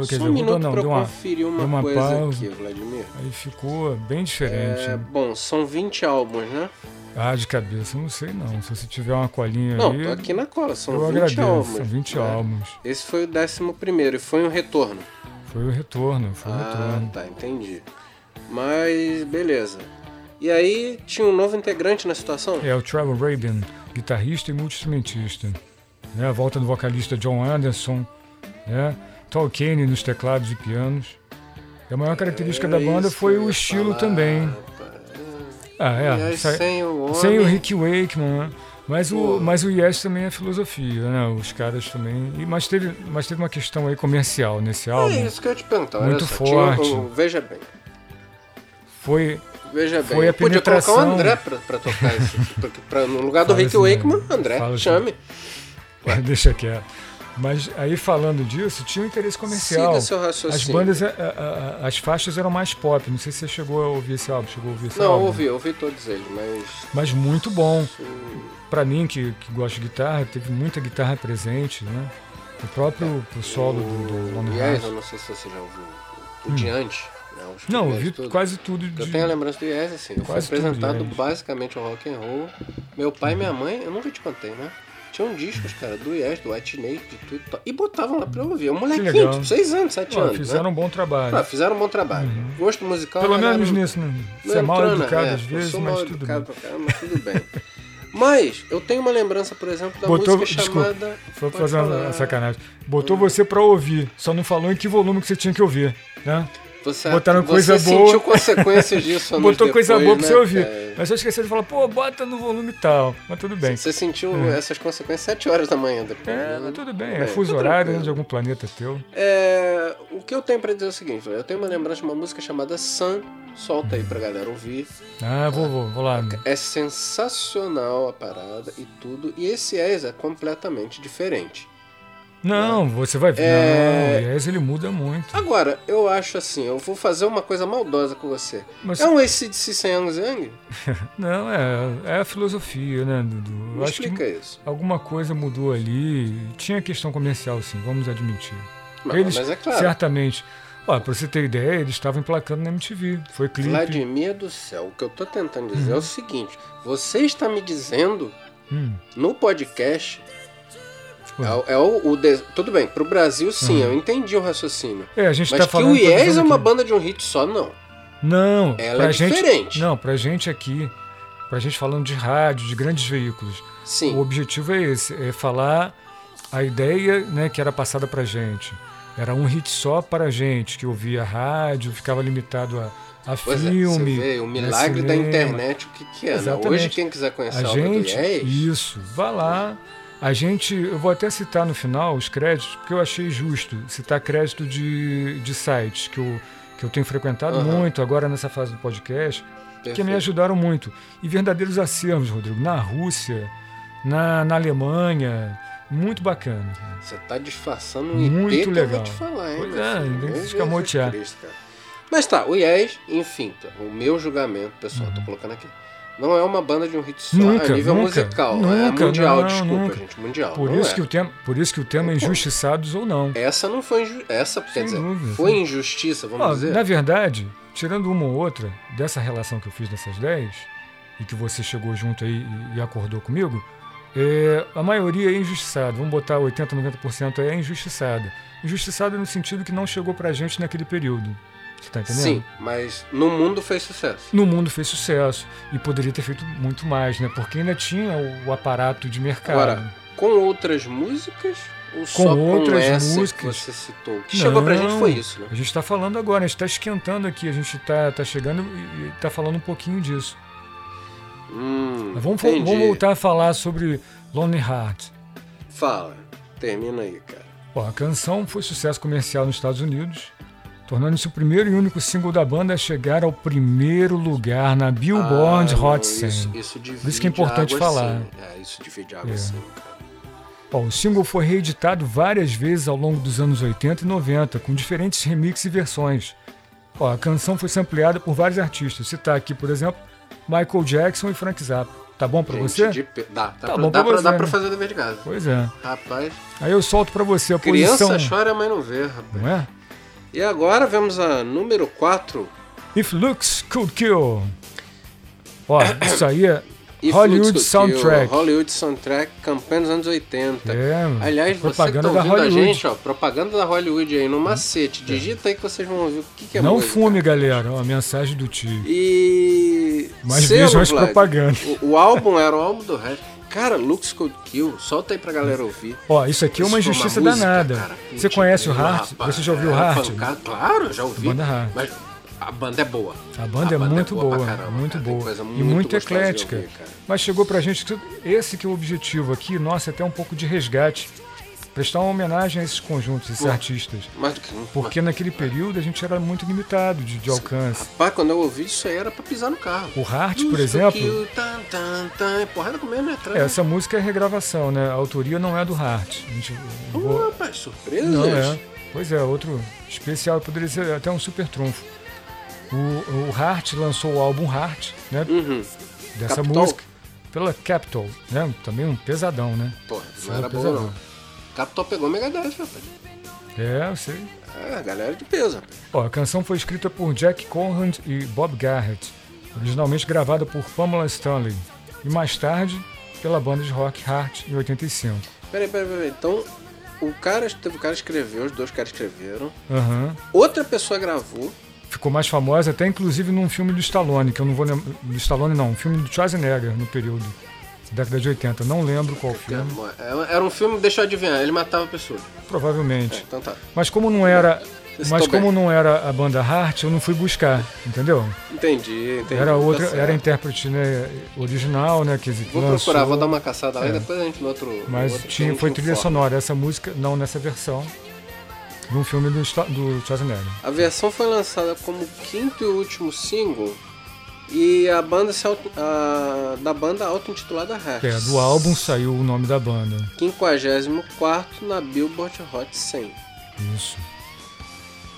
A: quer
B: só
A: dizer,
B: um
A: rodou
B: minuto
A: não,
B: pra
A: deu
B: eu
A: uma.
B: conferir uma,
A: deu uma
B: coisa
A: pausa.
B: aqui, Vladimir.
A: Aí ficou bem diferente. né?
B: É, bom, são 20 álbuns, né?
A: Ah, de cabeça, eu não sei não. Se você tiver uma colinha
B: Não,
A: aí,
B: tô aqui na cola, são
A: eu
B: 20
A: agradeço.
B: álbuns.
A: São 20
B: né?
A: álbuns.
B: Esse foi o 11 primeiro e foi um retorno.
A: Foi o retorno, foi o
B: Ah,
A: retorno.
B: tá, entendi. Mas beleza. E aí tinha um novo integrante na situação?
A: É o Trevor Rabin, guitarrista e multi-instrumentista. Né, a volta do vocalista John Anderson, né? Tal Kane nos teclados e pianos. E a maior característica da
B: Era
A: banda
B: É isso
A: foi
B: que eu
A: o
B: ia
A: estilo
B: falar,
A: também.
B: rapaz.
A: Ah, é.
B: E aí,
A: sa-
B: sem o homem.
A: sem o Rick Wakeman, né? Mas
B: Pô.
A: o, mas o Yes também é filosofia, né? Os caras também. E, mas, teve, mas teve uma questão aí comercial nesse álbum.
B: É isso que eu ia te perguntar.
A: Muito
B: olha só, tinha
A: forte.
B: um- veja bem,
A: Foi.
B: veja bem.
A: Foi a
B: eu podia colocar o
A: penetração.
B: André pra, pra tocar isso. porque pra- no lugar do
A: Fala
B: Rick
A: isso mesmo.
B: Wakeman, André,
A: Fala isso
B: chame. É.
A: Deixa quieto. Mas aí falando disso, tinha um interesse comercial.
B: Siga seu raciocínio.
A: As bandas, é, a- a- a- as faixas eram mais pop. Não sei se você chegou a ouvir esse álbum. Chegou a ouvir esse
B: Não,
A: álbum?
B: eu ouvi, eu ouvi todos eles, mas.
A: Mas muito bom.
B: hum,
A: Pra mim, que, que gosto de guitarra, teve muita guitarra presente, né? O próprio
B: É.
A: o solo do, do Lonely
B: e aí, eu
A: Hearts.
B: não sei se você já ouviu o Diante. Né, os
A: Não, eu
B: primeiros
A: vi
B: tudo.
A: quase tudo de...
B: Eu tenho a lembrança do Yes, assim, eu fui
A: Quase tudo né?
B: apresentado
A: Yes.
B: basicamente ao rock and roll. Meu pai e minha mãe, eu nunca te contei, né? Tinham discos, cara, do Yes, do White Snake, de tudo. e tal, E botavam lá pra eu ouvir. Um molequinho,
A: legal.
B: tipo, 6 anos, 7
A: Ó,
B: anos.
A: fizeram
B: né?
A: um bom trabalho.
B: Ah, fizeram um bom trabalho. Gosto musical.
A: Pelo
B: a galera
A: menos
B: não-
A: nisso, né?
B: não
A: Você é mal
B: entrou na-
A: educado
B: é,
A: às
B: eu
A: vezes,
B: sou
A: mas
B: mal
A: tudo
B: educado
A: bem.
B: pra caramba, mas tudo bem. Mas eu tenho uma lembrança, por exemplo, da
A: Botou-
B: música
A: desculpa,
B: chamada.
A: Só pra
B: Pode
A: fazer uma
B: falar. É.
A: sacanagem. Botou você pra ouvir, só não falou em que volume que você tinha que ouvir, né?
B: Você,
A: Botaram
B: você
A: coisa
B: sentiu
A: boa.
B: consequências disso anos
A: Botou coisa
B: depois,
A: boa pra
B: né,
A: você ouvir.
B: cara?
A: Mas eu esqueci de falar, pô, bota no volume tal. Mas tudo bem. Uhum.
B: Você sentiu essas consequências 7 horas da manhã depois.
A: É,
B: né?
A: mas tudo bem.
B: É,
A: É fuso
B: tá
A: horário
B: tranquilo.
A: né, de algum planeta teu.
B: É, o que eu tenho pra dizer é o seguinte: eu tenho uma lembrança de uma música chamada Sun. Solta aí pra galera ouvir.
A: Ah, vou, vou, vou lá.
B: É sensacional a parada e tudo. E esse Ezra é completamente diferente.
A: Não, você vai ver.
B: É. Ah,
A: Não, o Yes ele muda muito.
B: Agora, eu acho assim: eu vou fazer uma coisa maldosa com você.
A: Mas-
B: É um ACDC sem Yang Zhang?
A: Não, é, é a filosofia, né, Dudu?
B: Me
A: Eu acho que
B: explica isso.
A: alguma coisa mudou ali. Tinha questão comercial, sim, vamos admitir.
B: Mas,
A: Eles,
B: mas é claro.
A: certamente. Ó, pra você ter ideia, eles estavam emplacando na MTV. Foi clipe.
B: Vladimir do céu, o que eu tô tentando
A: Uhum.
B: dizer é o seguinte: você está me dizendo
A: Hum,
B: no podcast.
A: Ué.
B: É, o- é o, o de- Tudo bem, pro Brasil sim, eu entendi o raciocínio.
A: É, Uhum. a gente
B: Mas
A: tá
B: que
A: falando.
B: o Yes
A: produzindo
B: é uma
A: aqui.
B: banda de um hit só, não.
A: Não,
B: Ela
A: pra
B: é
A: gente,
B: diferente.
A: Não, pra gente aqui, pra gente falando de rádio, de grandes veículos,
B: Sim.
A: o objetivo é esse: é falar a ideia né, que era passada pra gente. Era um hit só para a gente, que ouvia rádio, ficava limitado a, a
B: Pois é,
A: filme.
B: você vê o
A: né,
B: milagre da
A: cinema.
B: internet, o que, que é? né?
A: Exatamente.
B: Hoje, quem quiser conhecer
A: A
B: a, obra
A: gente,
B: do Yes,
A: isso, vá lá. A gente, eu vou até citar no final os créditos, porque eu achei justo citar crédito de, de sites que eu, que eu tenho frequentado
B: Aham.
A: muito agora nessa fase do podcast, que
B: perfeito.
A: me ajudaram muito. E verdadeiros acervos, Rodrigo, na Rússia, na, na Alemanha. Muito bacana.
B: Você tá disfarçando um
A: Muito
B: IP que eu vou
A: legal.
B: te falar, hein?
A: Pois
B: meu
A: é,
B: filho?
A: tem que
B: Meu
A: se escamotear.
B: Jesus Cristo, cara. Mas tá, o Yes, enfim, tá, o meu julgamento, pessoal, tô colocando aqui. Não é uma banda de um hit só
A: Uhum. Nunca,
B: a nível
A: nunca,
B: musical. é
A: nunca,
B: mundial,
A: não,
B: desculpa,
A: nunca.
B: gente. Mundial.
A: Por
B: não
A: isso,
B: é.
A: que o tema, por isso que o tema é injustiçados ou não.
B: Essa não foi injustiça. Essa, quer
A: Sem
B: dizer,
A: dúvida,
B: foi
A: sim.
B: injustiça, vamos
A: Ó,
B: dizer.
A: na verdade, tirando uma ou outra dessa relação que eu fiz nessas 10 e que você chegou junto aí e- e acordou comigo, é, a maioria é injustiçada. Vamos botar 80, 90% aí é injustiçada. Injustiçada no sentido que não chegou pra gente naquele período. Você tá entendendo?
B: Sim, mas no mundo fez sucesso.
A: No mundo fez sucesso e poderia ter feito muito mais, né? Porque ainda tinha o, o aparato de mercado.
B: Agora, com outras músicas ou só com
A: outras
B: essa que
A: músicas?
B: você citou? O que chegou pra gente
A: Não.
B: foi isso, né?
A: A gente está falando agora, a gente está esquentando aqui, a gente está tá chegando e está falando um pouquinho disso.
B: Hum,
A: Mas vamos, fo-
B: entendi.
A: vamos voltar a falar sobre Lonely Heart.
B: Fala, termina aí, cara.
A: Bom, a canção foi sucesso comercial nos Estados Unidos, tornando-se o primeiro e único single da banda a chegar ao primeiro lugar na Billboard
B: Ah, não,
A: Hot
B: isso,
A: 100.
B: isso divide
A: Por isso que é importante
B: água,
A: falar.
B: sim. É, isso divide água
A: É.
B: sim, cara.
A: Bom, o single foi reeditado várias vezes ao longo dos anos 80 e 90, com diferentes remixes e versões. Ó, a canção foi sampleada por vários artistas. Citar aqui, por exemplo, Michael Jackson e Frank Zappa. Tá bom pra
B: Gente,
A: você?
B: de pe- Dá, tá pra,
A: bom
B: dá,
A: pra
B: pra,
A: você,
B: dá pra
A: né?
B: fazer o dever de casa.
A: Pois é.
B: Rapaz,
A: Aí eu solto pra você a
B: criança
A: posição.
B: chora, mas não vê, rapaz.
A: Não é?
B: E agora vemos a número 4.
A: If Looks Could Kill. Ó, isso aí é
B: If
A: Hollywood
B: Looks Could Kill,
A: Soundtrack.
B: Hollywood Soundtrack, campanha dos anos 80.
A: É, mano.
B: Aliás,
A: propaganda
B: você que tá
A: da
B: ouvindo
A: Hollywood. É.
B: a gente, ó, propaganda da Hollywood aí no macete. Digita aí que vocês vão ouvir o que, que é
A: Não
B: música.
A: fume, galera. Ó, a mensagem do tio.
B: E.
A: Mas
B: selo,
A: vejam as
B: Vlad.
A: propagandas.
B: O, o álbum era o álbum do rap. Cara, Lux Cold Kill, solta aí pra galera ouvir.
A: Ó, isso aqui é uma
B: Isso foi
A: injustiça
B: música,
A: danada.
B: cara. Puta
A: você conhece o
B: que pariu,
A: Hart?
B: rapaz.
A: Você já ouviu o
B: É,
A: Hart?
B: pancada, Claro, já ouvi.
A: A banda é Hart.
B: Mas a banda é boa.
A: A banda é muito boa,
B: pra caramba,
A: muito
B: cara. Tem
A: boa
B: coisa
A: e muito
B: gostosa de
A: eclética.
B: ouvir, cara.
A: Mas chegou pra gente que esse que é o objetivo aqui, nossa, até um pouco de resgate, prestar uma homenagem a esses conjuntos, a esses artistas,
B: Mais do que nunca.
A: porque naquele período a gente era muito limitado de, de alcance.
B: Rapaz, quando eu ouvi isso aí era pra pisar no carro.
A: O Hart, por
B: Lux
A: exemplo,
B: Cold Kill, tan, tan, tan, é porrada comendo atrás.
A: essa música é regravação, né? A autoria não é do Hart. A gente eu vou-
B: Pô, rapaz, surpresa.
A: Não é. Pois é, outro especial, poderia ser até um super trunfo. O, o Hart lançou o álbum Hart, né? Dessa
B: Capitol.
A: música. Pela Capitol, né? Também um pesadão, né?
B: Porra,
A: Isso
B: não
A: é
B: era boa
A: pesadão.
B: não. Capitão pegou o Megadeth, rapaz.
A: É, eu sei.
B: É, galera de peso, rapaz.
A: Ó, a canção foi escrita por Jack Conrad e Bob Garrett, originalmente gravada por Pamela Stanley, e mais tarde pela banda de rock Hart em 85.
B: Peraí, peraí, peraí. Então, o cara, teve o cara escreveu, os dois caras escreveram.
A: Aham.
B: Outra pessoa gravou.
A: Ficou mais famosa até inclusive num filme do Stallone, que eu não vou lembrar. Do Stallone não, um filme do Schwarzenegger no período. Década de 80, não lembro qual filme,
B: Era- Era um filme, deixa eu adivinhar, ele matava a pessoa. É,
A: provavelmente.
B: então tá.
A: Mas como não era.
B: Estou
A: Mas como
B: bem.
A: não era a banda Hart, eu não fui buscar, entendeu?
B: Entendi, entendi.
A: Era
B: tá
A: outra,
B: certo.
A: era a intérprete né, original, né? Que
B: Vou
A: lançou.
B: procurar, vou dar uma caçada lá e depois a gente no outro. no
A: é. Mas
B: outro
A: tinha,
B: filme
A: foi
B: a gente
A: trilha
B: informa.
A: sonora, essa música, não nessa versão, num filme do, Sta- do Schwarzenegger.
B: A versão foi lançada como quinto e último single. E a banda se auto, a, da banda auto-intitulada Hats.
A: Que é, do álbum saiu o nome da banda.
B: 54 na Billboard Hot 100.
A: Isso.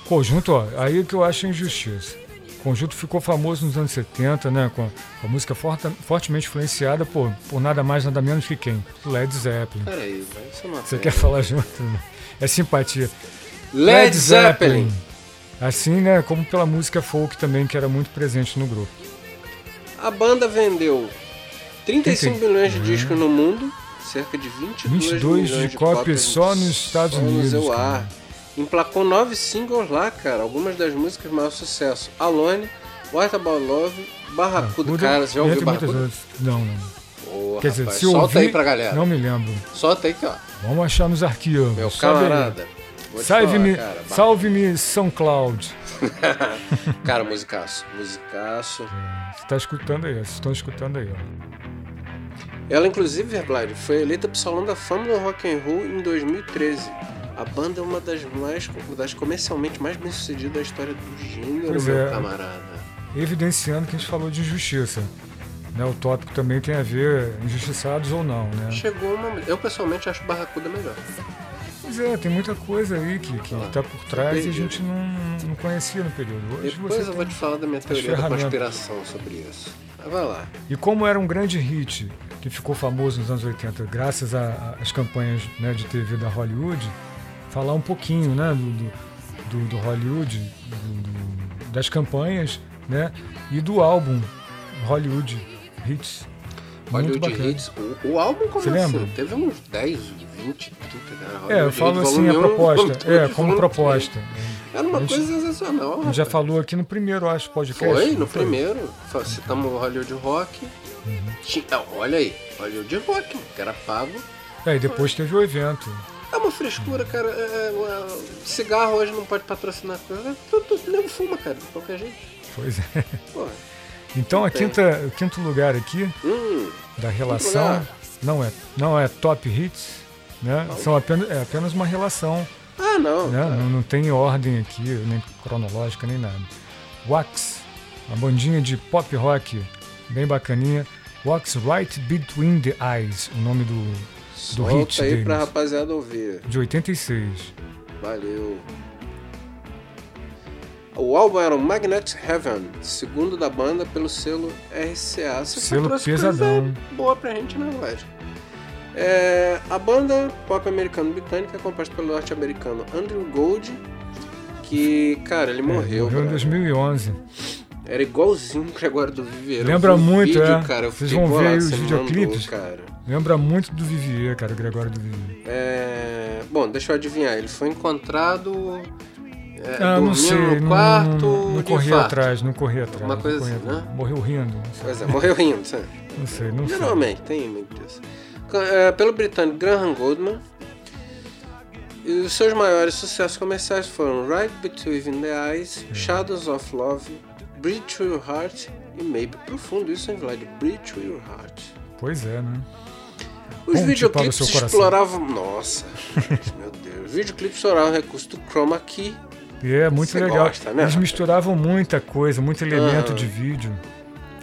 A: Conjunto, ó, aí que eu acho é injustiça. O conjunto ficou famoso nos anos 70, né? Com a, com a música forta- fortemente influenciada por, por nada mais, nada menos que quem? Led Zeppelin.
B: Peraí, velho, isso não é
A: Você
B: bem.
A: quer falar junto? né? É simpatia.
B: Led Zeppelin!
A: Assim, né? Como pela música folk também, que era muito presente no grupo.
B: A banda vendeu 35
A: 35
B: milhões de discos no mundo, cerca de 22,
A: 22
B: milhões
A: de cópias só nos Estados
B: só
A: Unidos,
B: No seu
A: cara.
B: ar. Emplacou nove singles lá, cara. Algumas das músicas maior sucesso: Alone, What About Love, Barracuda.
A: Buda,
B: cara, já ouviu
A: entre muitas
B: Barracuda?
A: outras. Não, não.
B: Ô,
A: Quer
B: rapaz,
A: dizer, se
B: solta
A: ouvir,
B: aí pra galera.
A: Não me lembro.
B: Solta aí que, ó.
A: Vamos achar nos arquivos.
B: Meu
A: Sobe aí.
B: camarada. vou te
A: Salve-me,
B: falar, cara, Barra-
A: salve-me São Cloud.
B: Cara, musicaço. Musicaço.
A: Você tá escutando aí, vocês estão escutando aí, ó.
B: Ela, inclusive, Verblade, foi eleita pro Salão da Fama do Rock and Roll em 2013. A banda é uma das mais das comercialmente mais bem sucedidas da história do gênero,
A: Pois
B: meu
A: é.
B: camarada.
A: Evidenciando que a gente falou de injustiça. né, o tópico também tem a ver injustiçados ou não, né?
B: Chegou uma. Eu pessoalmente acho Barracuda melhor.
A: Pois é, tem muita coisa aí que, que
B: Ah,
A: tá por
B: tô
A: trás e a
B: perdido.
A: gente não, não conhecia no período. Hoje você
B: Depois eu
A: tem
B: vou te falar da minha
A: as
B: teoria da
A: ferramentas.
B: conspiração sobre isso. Mas vai lá.
A: E como era um grande hit que ficou famoso nos anos 80, graças a- às campanhas né, de TV da Hollywood, falar um pouquinho né, do, do, do- do Hollywood, do- do- das campanhas né, e do álbum Hollywood Hits.
B: Hollywood
A: Muito bacana.
B: Hits. O, o álbum
A: Você
B: começou.
A: lembra?
B: Assim, teve uns 10, 20, 30, né?
A: É, eu
B: Hollywood
A: falo
B: Hits,
A: assim, a
B: volume um, volume
A: proposta.
B: dois,
A: É, como
B: volume
A: proposta.
B: três. Era uma
A: A gente-
B: coisa sensacional.
A: A gente já
B: rapaz.
A: falou aqui no primeiro, acho, podcast.
B: Foi, no
A: não foi?
B: primeiro. Fa- Citamos o Hollywood Rock. Ti- ah, olha aí, Hollywood Rock, mano, que era pago.
A: É, e depois teve o evento.
B: É uma frescura, cara. é, é, é, cigarro hoje não pode patrocinar coisa. Tudo nego fuma, cara, de qualquer jeito.
A: Pois é.
B: Pô,
A: Então, a
B: Não tem.
A: quinta, o quinto lugar aqui
B: hum,
A: da relação
B: lugar.
A: não é não é top hits né são apenas é apenas uma relação
B: Ah, não.
A: né não, não tem ordem aqui nem cronológica nem nada Wax uma bandinha de pop rock bem bacaninha Wax Right Between the Eyes o nome do do
B: Volta
A: hit
B: aí
A: deles,
B: pra rapaziada ouvir.
A: de 86
B: Valeu. O álbum era o Magnet Heaven, segundo da banda pelo selo RCA. Você só
A: Selo
B: trouxe
A: pesadão.
B: coisa boa pra gente na loja. É, a banda pop americano-britânica é composta pelo norte-americano Andrew Gold, que, cara, ele morreu.
A: É, em
B: brother.
A: 2011
B: Era igualzinho o Gregório do Viveiro.
A: Lembra
B: Eu vi o
A: muito,
B: vídeo,
A: é.
B: Cara, eu
A: Vocês
B: fiquei
A: vão ver
B: bolado,
A: aí os
B: você me
A: videoclipes.
B: mandou, cara.
A: lembra muito do Vivier cara o Gregório do Vivier
B: É, Bom, deixa eu adivinhar. Ele foi encontrado é,
A: ah
B: dormindo
A: não sei
B: no
A: não-
B: quarto
A: não, não
B: de
A: corri
B: infarto.
A: atrás não corri atrás
B: Uma
A: não
B: coisa
A: corri
B: assim,
A: atrás.
B: né?
A: morreu rindo não sei
B: Pois é, morreu rindo, sabe?
A: não sei, não sei.
B: Geralmente, tem muito disso. Ca- é, pelo britânico Graham Goldman. E os seus maiores sucessos comerciais foram Right Between the Eyes, Shadows of Love, Breach to Your Heart e Maybe. Profundo isso, hein, Vlad? Breach to Your Heart.
A: Pois é, né? Ponte
B: Os
A: para o
B: videoclipes
A: seu coração.
B: exploravam. Nossa, gente, meu Deus. Os videoclipes exploravam o recurso do chroma key.
A: E é muito
B: Você
A: legal.
B: gosta, né? Ah.
A: Eles misturavam muita coisa, muito elemento
B: Aham.
A: de vídeo.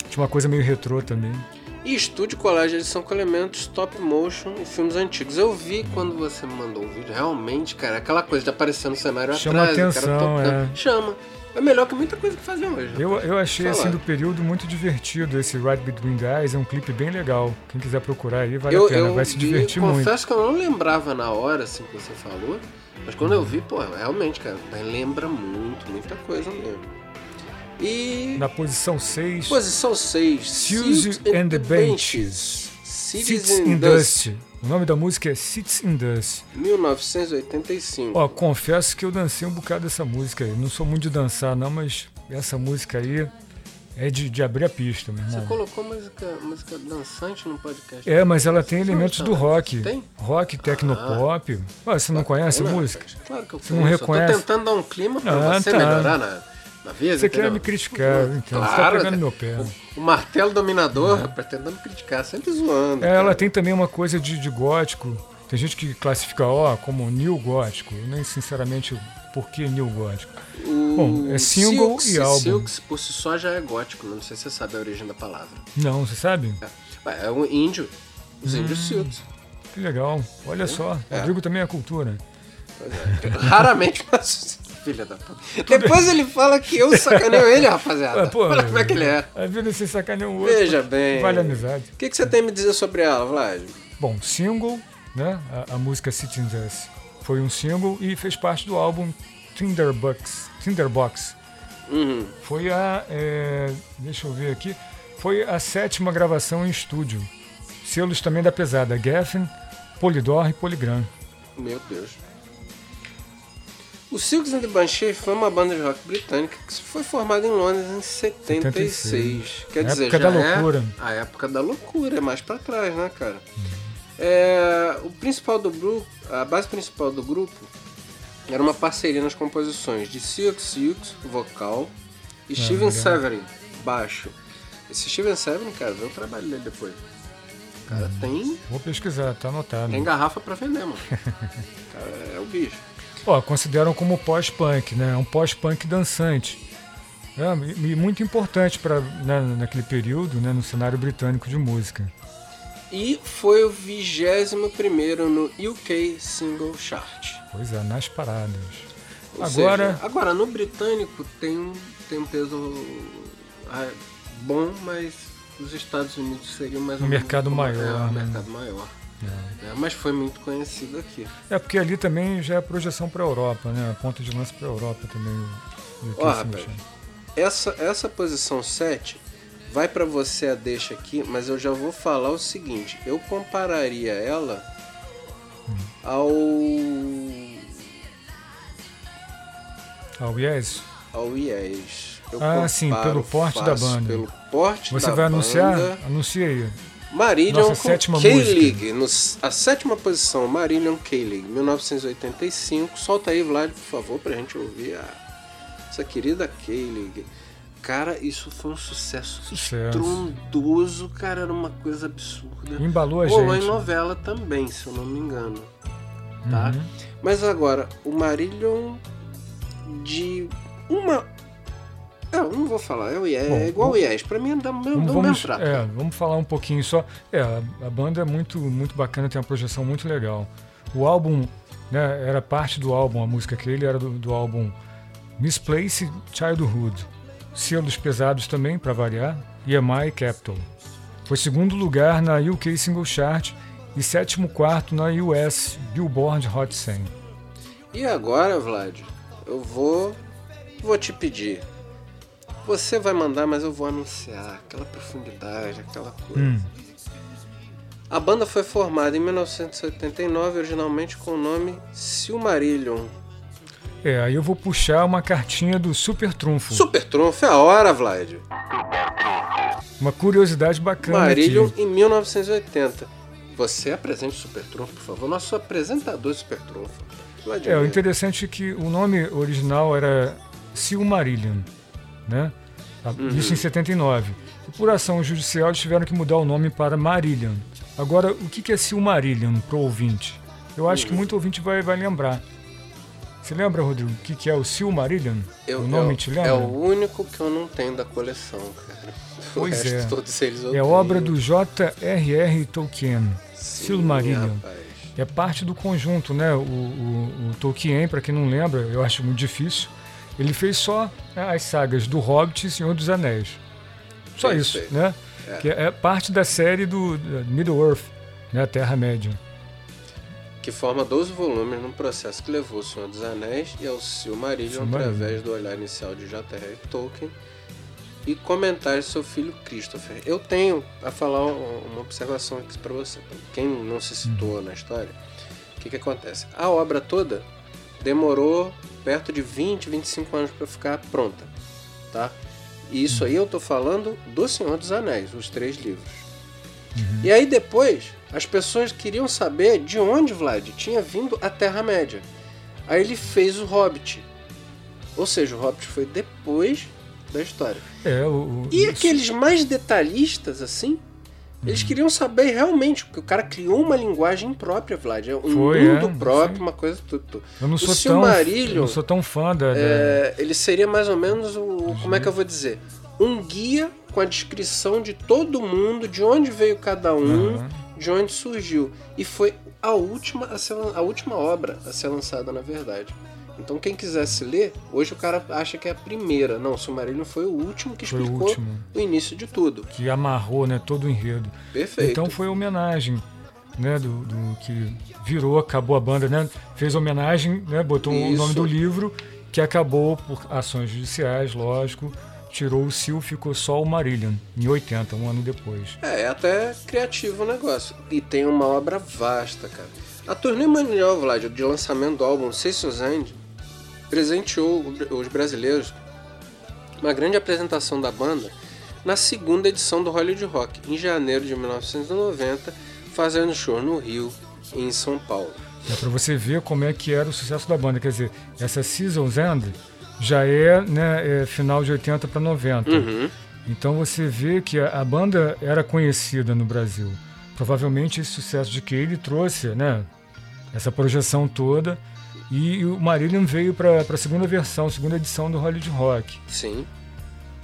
A: Tinha uma coisa meio retrô também.
B: E estúdio colagem de edição com elementos stop motion e filmes antigos. Eu vi quando você me mandou o vídeo, realmente, cara, aquela coisa de aparecer no cenário
A: Chama
B: atrás, o cara
A: atenção,
B: tocando.
A: é.
B: Chama. É melhor que muita coisa que fazem hoje.
A: Eu, eu achei,
B: Fala.
A: assim, do período muito divertido. Esse Ride Between the Eyes é um clipe bem legal. Quem quiser procurar aí, vale a pena. Vai se
B: vi,
A: divertir muito.
B: confesso que eu não lembrava na hora, assim, que você falou. Mas quando eu vi, pô, realmente, cara, lembra muito, muita coisa mesmo. E. é,
A: Na posição 6,
B: Posição 6.
A: Suzy and the Benches.
B: Cities
A: Sits
B: in
A: in
B: Dust,
A: Dust. O nome da música é Sits in Dust.
B: 1985.
A: Ó, confesso que eu dancei um bocado dessa música aí. Não sou muito de dançar, não, mas essa música aí é de, de abrir a pista, meu
B: Você
A: irmão.
B: colocou música, música dançante no podcast?
A: É, mas ela tem elementos do rock.
B: Tem? Ah.
A: Rock, tecnopop. Ué, você não conhece a
B: Não,
A: música?
B: rapaz, Claro que eu
A: não
B: conheço.
A: reconhece?
B: Eu tô tentando dar um clima pra
A: Ah,
B: você
A: tá.
B: melhorar na, na vida.
A: Você quer
B: entendeu?
A: me criticar, então. você tá
B: Claro,
A: pegando
B: né?
A: meu pé.
B: O martelo dominador, rapaz, tentando criticar, sempre zoando.
A: É, ela
B: cara.
A: tem também uma coisa de, de gótico. Tem gente que classifica, ó, como new gótico. Eu nem sinceramente por que new gótico.
B: O
A: Bom, é single
B: Silks
A: e álbum.
B: Silks por si só já é gótico, não sei se você sabe a origem da palavra.
A: Não, você sabe?
B: É, é um índio. Os
A: Hum.
B: índios Silks.
A: Que legal. Olha só. Rodrigo também é cultura.
B: Raramente faço isso. Filha da puta. Depois ele fala que eu sacaneio ele, rapaziada.
A: Ah, pô,
B: Olha como é que ele é.
A: A vida sem sacanear o outro.
B: Veja bem.
A: Vale a amizade.
B: O que, que você tem a me dizer sobre ela, Vlad?
A: Bom, single, né? A, a música Sitting Dust foi um single e fez parte do álbum Tinderbox. Tinderbox.
B: Uhum.
A: Foi a. é, deixa eu ver aqui. Foi a sétima gravação em estúdio. Selos também da pesada: Geffen, Polydor e Polygram.
B: Meu Deus. O Silks and the Banshees foi uma banda de rock britânica que foi formada em Londres em 76.
A: 76.
B: Quer
A: A
B: dizer,
A: época
B: já
A: da
B: é
A: loucura. Uhum.
B: a época da loucura, é mais pra trás, né, cara? É, o principal do grupo, a base principal do grupo era uma parceria nas composições de Silks Silks, vocal,
A: Ah,
B: e Steven Severin, baixo. Esse Steven Severin, cara, vê o trabalho dele depois. O cara
A: Uhum.
B: tem
A: Vou pesquisar, tá anotado.
B: tem garrafa pra vender, mano. Cara, é o bicho.
A: Ó, consideram como pós-punk, né? É um pós-punk dançante. É, e muito importante para né, naquele período, né, no cenário britânico de música.
B: E foi o 21 no UK Single Chart.
A: Pois é, nas paradas.
B: Ou agora, seja, agora no britânico tem, tem um peso ah, bom, mas os Estados Unidos seriam mais
A: um, um mercado
B: um,
A: maior.
B: É, um né? mercado maior. É. É, mas foi muito conhecido aqui.
A: É porque ali também já é projeção para a Europa, né? A ponta de lance para a Europa também. O,
B: Ó, rapaz, essa, essa posição 7 vai para você a deixa aqui, mas eu já vou falar o seguinte: eu compararia ela hum.
A: ao. Ao Ah, Yes?
B: Ao Yes.
A: Eu ah, sim, pelo porte da banda.
B: Pelo porte
A: Você
B: da
A: vai anunciar?
B: Banda.
A: Anuncia aí.
B: Marillion
A: Nossa, sétima
B: K-League. nos- A sétima posição, Marillion K-League, 1985. Solta aí, Vlad, por favor, pra gente ouvir a... essa querida K-League. Cara, isso foi um sucesso,
A: Sucesso.
B: estrondoso, cara, era uma coisa absurda.
A: Embalou a
B: Rolou
A: gente.
B: em novela também, se eu não me engano. Tá?
A: Uhum.
B: Mas agora, o Marillion de uma... É, eu não vou falar, é, o IES,
A: Bom,
B: é igual o IES. Pra mim é do mesmo, do mesmo
A: vamos,
B: trato.
A: é, vamos falar um pouquinho só. É, a, a banda é muito, muito bacana, tem uma projeção muito legal. O álbum né, era parte do álbum, a música que ele era do, do álbum Misplaced Childhood. Selos pesados também, para variar, EMI Capital. Foi segundo lugar na UK Single Chart e sétimo quarto na US Billboard Hot 100.
B: E agora, Vlad, eu vou vou te pedir. Você vai mandar, mas eu vou anunciar aquela profundidade, aquela coisa.
A: Hum.
B: A banda foi formada em 1979 originalmente com o nome Silmarillion.
A: É, aí eu vou puxar uma cartinha do Super Trunfo.
B: Super trunfo é a hora, Vlad.
A: Uma curiosidade bacana
B: Marillion
A: aqui.
B: em 1980. Você apresente o Super Trunfo, por favor. Nosso apresentador Super Trunfo.
A: É, o
B: Vladimir.
A: interessante é que o nome original era Silmarillion, né? A-
B: Uhum.
A: Isso em 79. E por ação judicial eles tiveram que mudar o nome para Marillion. Agora, o que que é Silmarillion para o ouvinte? Eu acho
B: Uhum.
A: que muito ouvinte vai, vai lembrar. Você lembra, Rodrigo, o que que é o Silmarillion?
B: Eu-
A: o nome
B: eu-
A: te lembra?
B: É o único que eu não tenho da coleção, cara.
A: Pois
B: o resto,
A: é.
B: Todos eles eu
A: É
B: tenho.
A: obra do J.R.R. Tolkien.
B: Sim,
A: Silmarillion.
B: rapaz.
A: é parte do conjunto, né? O, o, o Tolkien, para quem não lembra, eu acho muito difícil. Ele fez só né, as sagas do Hobbit e Senhor dos Anéis. Só
B: Sim,
A: isso,
B: sim.
A: né? Que é parte da série do eh, Middle Earth, né? Terra Média.
B: Que forma 12 volumes num processo que levou o Senhor dos Anéis e ao Silmarillion
A: Silmarillion.
B: através do olhar inicial de J.R.R. Tolkien e comentários de seu filho Christopher. Eu tenho a falar um- uma observação aqui para você. Quem não se citou na história, o que, que acontece? A obra toda demorou perto de 20, 25 anos para ficar pronta, tá? E isso aí eu tô falando do Senhor dos Anéis, os três livros. E aí depois, as pessoas queriam saber de onde Vlad tinha vindo a Terra-média. Aí ele fez o Hobbit. Ou seja, o Hobbit foi depois da história.
A: É, o, o-
B: E
A: isso- Uhum.
B: aqueles mais detalhistas, assim, eles queriam saber realmente, porque o cara criou uma linguagem própria, Vlad. é Um
A: Foi,
B: mundo
A: é,
B: próprio,
A: sim.
B: uma coisa tudo. tudo.
A: eu não
B: o
A: sou tão, eu
B: Silmarillion-
A: não sou tão fã da, da-
B: É, ele seria mais ou menos o. Como é que eu vou dizer? Um guia com a descrição de todo mundo, de onde veio cada um,
A: Aham.
B: de onde surgiu. E foi a última, a, ser, lan- a última obra a ser lançada, na verdade. Então quem quisesse ler, hoje o cara acha que é a primeira. Não, o Silmarillion foi o último que
A: Foi o
B: explicou
A: último.
B: o início de tudo.
A: que amarrou, né? Todo o enredo.
B: Perfeito.
A: Então foi homenagem, né? Do, do que virou, acabou a banda, né? Fez homenagem, né? Botou o
B: Isso.
A: nome do livro, que acabou por ações judiciais, lógico. Tirou o Sil, ficou só o Marillion, em 80, um ano depois.
B: É, é até criativo o negócio. E tem uma obra vasta, cara. A turnê mundial, Vlad, de lançamento do álbum Seasons End, presenteou o- os brasileiros uma grande apresentação da banda na segunda edição do Hollywood Rock, em janeiro de 1990, fazendo show no Rio e em São Paulo.
A: É para você ver como é que era o sucesso da banda. Quer dizer, essa Season's End já é, né, é final de 80 para 90. Então você vê que a, a banda era conhecida no Brasil. Provavelmente esse sucesso de que ele trouxe, né, essa projeção toda. E o Marillion veio para a segunda versão, segunda edição do Hollywood Rock.
B: Sim.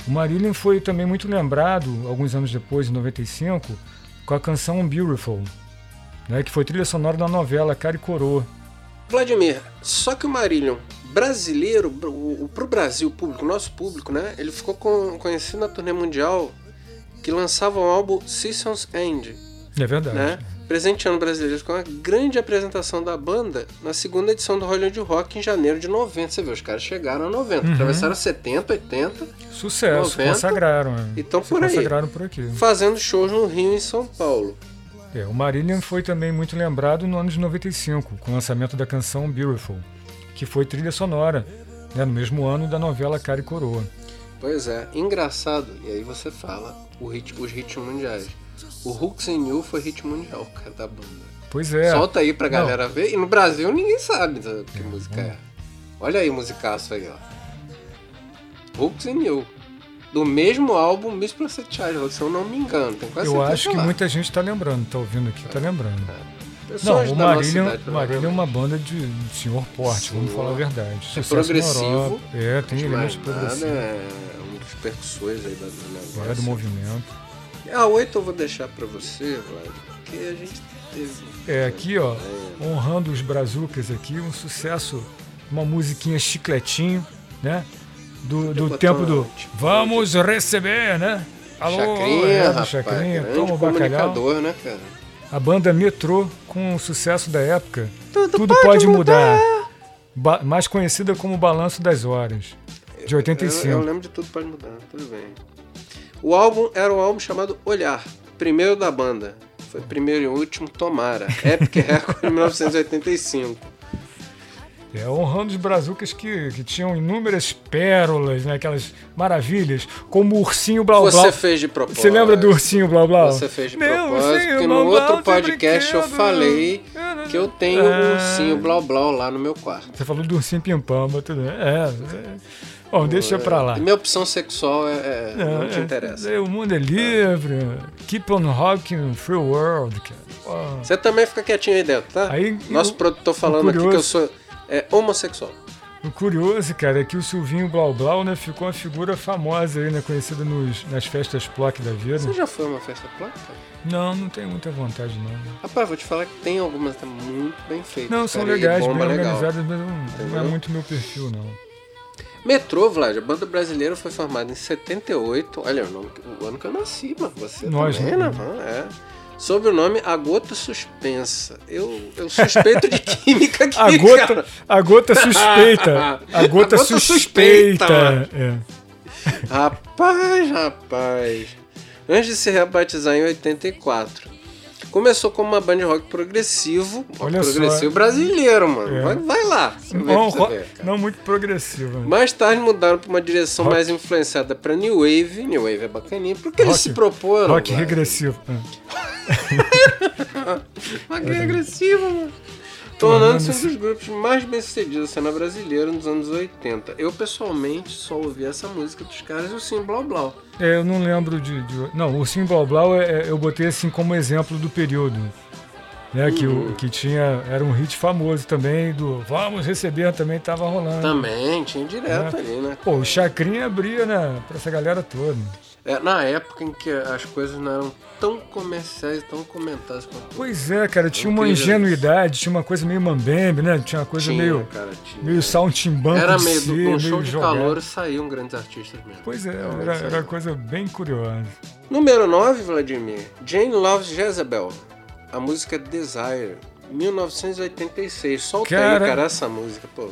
A: O Marillion foi também muito lembrado, alguns anos depois, em 95, com a canção Beautiful, né, que foi trilha sonora da novela Cara e Coroa.
B: Vladimir, só que o Marillion brasileiro, o, o, pro Brasil, público, nosso público, né? Ele ficou com, conhecido na turnê mundial que lançava o álbum Seasons End.
A: É verdade.
B: Né? Presenteando brasileiros com uma grande apresentação da banda na segunda edição do Hollywood Rock em janeiro de 90. Você vê, os caras chegaram a 90, uhum. atravessaram 70, 80.
A: Sucesso, 90, consagraram. é.
B: Então por aí.
A: Consagraram por aqui.
B: Fazendo shows no Rio e em São Paulo.
A: É, o Marillion foi também muito lembrado no ano de 95, com o lançamento da canção Beautiful, que foi trilha sonora, né, no mesmo ano da novela Cara e Coroa.
B: Pois é, engraçado, e aí você fala hit, os hits mundiais. O Hooks and You foi hit mundial, cara, da banda.
A: Pois é.
B: Solta aí pra galera Não. ver, e no Brasil ninguém sabe da, que é, música é. Olha aí o musicaço aí, ó. Hooks and You do mesmo álbum Miss Placid Child, se eu É, não me engano. Tem quase
A: eu acho que lá. muita gente está lembrando, está ouvindo aqui, está lembrando. Pessoas não, o Marília,
B: tá
A: Marília é uma banda de, de senhor porte, senhor. vamos falar a verdade.
B: Sucesso é progressivo.
A: É, tem elementos progressivos.
B: É um dos percussores aí da do
A: negócio. É do movimento.
B: A 8 eu vou deixar para você, Vlad, porque a gente teve...
A: É, aqui ó, é. honrando os brazucas aqui, um sucesso, uma musiquinha chicletinho, né? do, do tempo do vamos receber, né?
B: Alô, tipo, chacrinha, é, rapaz, chacrinha toma bacalhau. Né,
A: a banda Metrô, com o sucesso da época, tudo, tudo pode, pode, mudar. mudar. mais conhecida como Balanço das Horas, de 85.
B: Eu, eu, lembro de Tudo Pode Mudar, tudo bem. O álbum era um álbum chamado Olhar, primeiro da banda. Foi primeiro e último, Tomara. Epic Record 1985.
A: É, honrando os brazucas que, que tinham inúmeras pérolas, né, aquelas maravilhas, como o ursinho Blau Blau.
B: Você fez de propósito.
A: Você lembra do ursinho Blau Blau?
B: Você fez de Não, propósito, porque no
A: tá
B: outro podcast eu falei que eu tenho é... um ursinho Blau Blau lá no meu quarto.
A: Você falou do ursinho Pimpamba, tudo bem. É, é. Bom, deixa pra lá.
B: Minha opção sexual é, não, não te interessa.
A: o mundo é livre. Keep on rocking free world,
B: cara. Você também fica quietinho aí dentro, tá? Aí, Nosso eu, produtor falando curioso, aqui que eu sou é homossexual.
A: O curioso, cara, é que o Silvinho Blau Blau, né, ficou uma figura famosa aí, né, conhecida nos, nas festas Plock da vida.
B: Você já foi uma festa Plock, cara?
A: Não, não tenho muita vontade, não.
B: Rapaz, vou te falar que tem algumas tá muito bem feitas.
A: Não, são legais, bem organizadas, legal. mas não, não, é muito meu perfil, não.
B: Metrô, Vlad, a banda brasileira foi formada em 78, olha, o, nome, o ano que eu nasci, mano, você Nós, também, né, mano? É sob o nome A Gota Suspensa. Eu, eu suspeito de química aqui,
A: a gota, cara. A gota é suspeita. A gota, a gota suspeita. suspeita.
B: É. Rapaz, rapaz. Antes de se rebatizar em 84. Começou como uma band de rock progressivo, Olha progressivo só. brasileiro, mano. É. Vai, vai, lá.
A: Não, ver, não muito progressivo. né? Mano.
B: Mais tarde mudaram para uma direção rock. mais influenciada para New Wave. New Wave é bacaninha. Porque rock, eles se proporam.
A: Rock vai. regressivo. né?
B: rock é. regressivo, mano. Tornando-se um dos grupos mais bem-sucedidos da cena brasileira nos anos 80. Eu, pessoalmente, só ouvi essa música dos caras e o Sim Blau Blau.
A: É, eu não lembro de... de não, o Sim Blau Blau é, eu botei assim como exemplo do período. Né, uhum. que, o, que tinha... Era um hit famoso também do Vamos Receber também tava rolando.
B: Também, tinha direto
A: É.
B: né? ali, né?
A: Pô, o Chacrinha abria, né? Pra essa galera toda.
B: É, na época em que as coisas não eram tão comerciais, tão comentadas quanto.
A: Pois é, cara, tinha uma ingenuidade, tinha uma coisa meio mambembe, né? Tinha uma coisa
B: tinha,
A: meio.
B: Cara, tinha.
A: Meio saltimbanco.
B: Era
A: meio si,
B: do um show de jogado. calor saíam grandes artistas mesmo.
A: Pois é, era, era, era coisa bem curiosa.
B: Número 9, Vladimir. Jane Loves Jezebel. A música Desire, 1986. Solta cara, aí, cara, essa música, pô.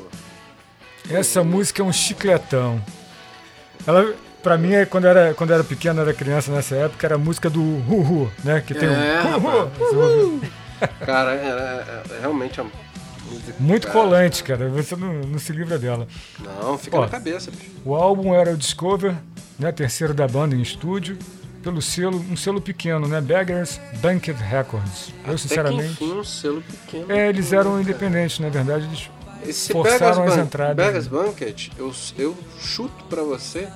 A: Essa Sim. música é um chicletão. Ela, Pra mim, é, quando era, quando era pequeno, era criança nessa época, era a música do Huhu, -hu, né? Que tem
B: é,
A: um
B: Huhu. cara, era, era realmente uma
A: música. Muito cara. colante, cara. Você não, não, se livra dela.
B: Não, fica Ó, na cabeça. Bicho.
A: O álbum era o Discover, né? Terceiro da banda em estúdio. Pelo selo, um selo pequeno, né? Beggars Banquet Records. Eu,
B: Até
A: sinceramente.
B: Que enfim, um selo pequeno.
A: É, eles eram cara. independentes, na verdade. Eles Esse forçaram
B: Beggars
A: as entradas. né?
B: Beggars Banquet, eu, eu chuto pra você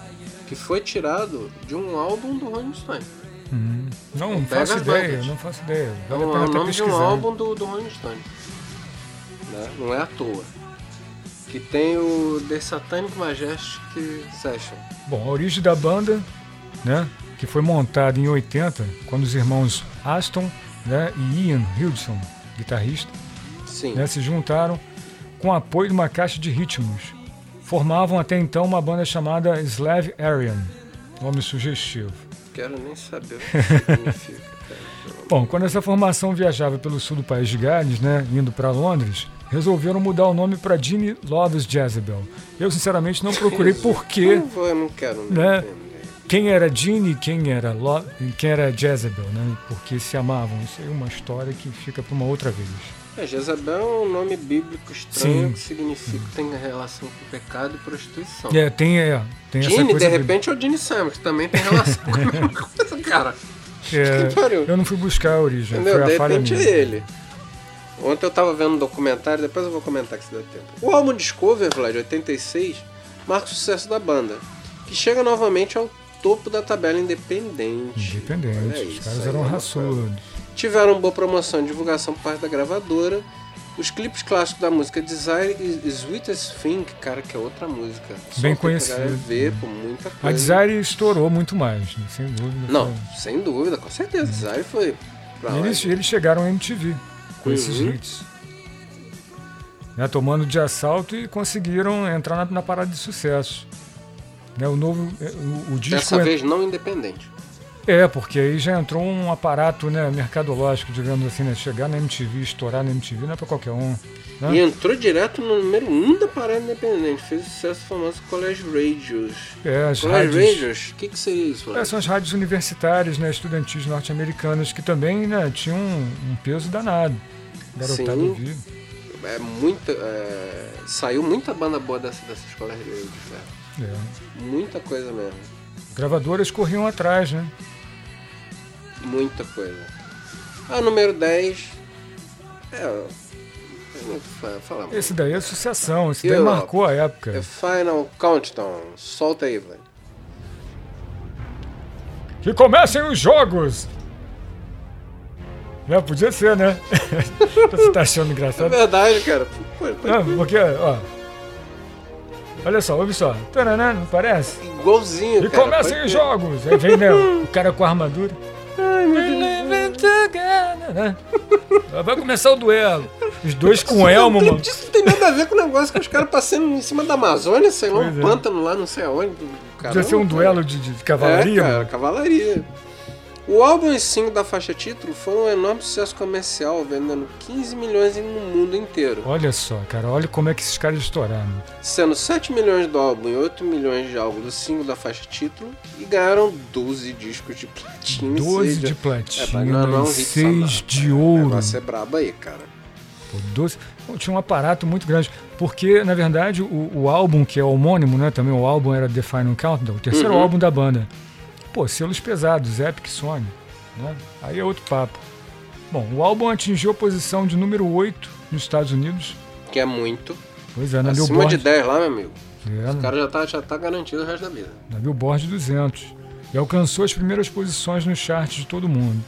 B: que foi tirado de um álbum do Rolling Stone.
A: Hum. Não, não faço ideia, Banquet. não faço ideia. Vale
B: um não, é o nome pesquisar. de um álbum do, do Rolling Stone. Né? Não é à toa. é que tem o The Satanic Majestic Session.
A: Bom, a origem da banda, né, que foi montada em 80, quando os irmãos Aston né, e Ian Hildson, guitarrista,
B: Sim.
A: né, se juntaram com o apoio de uma caixa de ritmos. Formavam até então uma banda chamada Slav Aryan, nome sugestivo.
B: Quero nem saber o que significa, cara.
A: Bom, quando essa formação viajava pelo sul do país de Gales, né, indo para Londres, resolveram mudar o nome para Jimmy Loves Jezebel. Eu sinceramente não procurei por quê,
B: Não vou, eu não quero me
A: Né?
B: entender.
A: quem era Jimmy e quem era Lo e quem era Jezebel, né? Porque se amavam. Isso aí é uma história que fica para uma outra vez.
B: É, Jezabel é um nome bíblico estranho
A: Sim.
B: que significa que tem relação com pecado e prostituição.
A: É, tem é, tem essa
B: Gene,
A: coisa
B: de
A: bem-
B: repente, é o Gene Simon, que também tem relação com a mesma coisa, cara.
A: É,
B: que pariu.
A: eu não fui buscar a origem,
B: Entendeu?
A: foi
B: De
A: a falha
B: repente
A: minha.
B: é ele. Ontem eu tava vendo um documentário, depois eu vou comentar que se der tempo. O álbum Discover, Vlad, 86, marca o sucesso da banda, que chega novamente ao topo da tabela independente. Olha
A: Independente, os
B: isso
A: caras
B: aí,
A: eram
B: é uma
A: raçudos.
B: tiveram boa promoção e divulgação por parte da gravadora. Os clipes clássicos da música Desire e e Sweetest Thing, cara, que é outra música. Só
A: Bem
B: tem pra galera
A: conhecida.
B: ver por muita coisa.
A: A Desire estourou muito mais, né, sem dúvida.
B: Não,
A: Foi-
B: sem dúvida, com certeza. Desire foi pra lá.
A: Eles, eles chegaram à MTV com
B: Uhum.
A: esses hits. Né, tomando de assalto e conseguiram entrar na, na parada de sucesso. Né, o novo. eh, O, o disco.
B: Dessa
A: en-
B: vez não independente.
A: É, porque aí já entrou um aparato né, mercadológico, digamos assim, né? Chegar na MTV, estourar na MTV, não é pra qualquer um. né?
B: E entrou direto no número 1 um da parada independente. Fez sucesso famoso College Radios.
A: É, as
B: College
A: rádios.
B: Radios? O que, que seria isso,
A: É,
B: Vlad?
A: são as rádios universitárias, né, estudantis norte-americanas, que também né, tinham um, um peso danado. Garotada
B: Sim.
A: ouvia.
B: É muita. é, Saiu muita banda boa dessa, dessas College Radios, cara.
A: É.
B: Muita coisa mesmo.
A: Gravadoras corriam atrás, né?
B: Muita coisa. A número 10. É. Eu não fa- falar muito.
A: Esse daí é sucessão, esse daí
B: Eu-
A: marcou a época.
B: The Final Countdown. Solta aí, velho.
A: Que comecem os jogos! Né, podia ser, né? Você tá Ah. achando
B: É
A: engraçado?
B: verdade, cara. Pô, tá
A: Não, É, porque, ó. Olha só, ouve só. Taranã, não parece?
B: igualzinho,
A: E
B: cara.
A: comecem
B: Pode
A: os
B: ter.
A: jogos! Aí vem, né, o cara com a armadura.
B: Ai, Ah, meu Deus.
A: Né? Vai começar o duelo. Os dois com Um elmo,
B: Não tem-
A: mano.
B: Isso não tem nada a ver com o negócio que os caras passando em cima da Amazônia, sei lá,
A: Pois
B: um
A: é.
B: pântano lá, não sei aonde.
A: Podia
B: Caramba,
A: ser um
B: cara.
A: duelo de, de cavalaria.
B: É, cara,
A: mano.
B: cavalaria. O álbum e single da faixa título foram um enorme sucesso comercial, vendendo 15 milhões no mundo inteiro.
A: Olha só, cara, olha como é que esses caras estouraram.
B: sendo 7 milhões do álbum e 8 milhões de álbum do single da faixa título, e ganharam 12 discos de platina.
A: 12
B: e
A: de
B: É, mas
A: platina,
B: não é um hit
A: 6
B: saudável.
A: de
B: O
A: ouro.
B: negócio é brabo aí, cara.
A: Pô, 12. Bom, Tinha um aparato muito grande. Porque, na verdade, o, o álbum, que é homônimo, né? Também o álbum era The Final Countdown, o terceiro
B: Uhum.
A: álbum da banda. Pô, selos pesados, Epic Sony. Né? Aí é outro papo. Bom, o álbum atingiu a posição de número 8 nos Estados Unidos.
B: Que é muito.
A: Pois é, na
B: Acima
A: Billboard.
B: de 10 lá, meu amigo.
A: É,
B: O cara já tá, já tá garantido o resto da vida.
A: na Billboard 200. E alcançou as primeiras posições nos charts de todo mundo.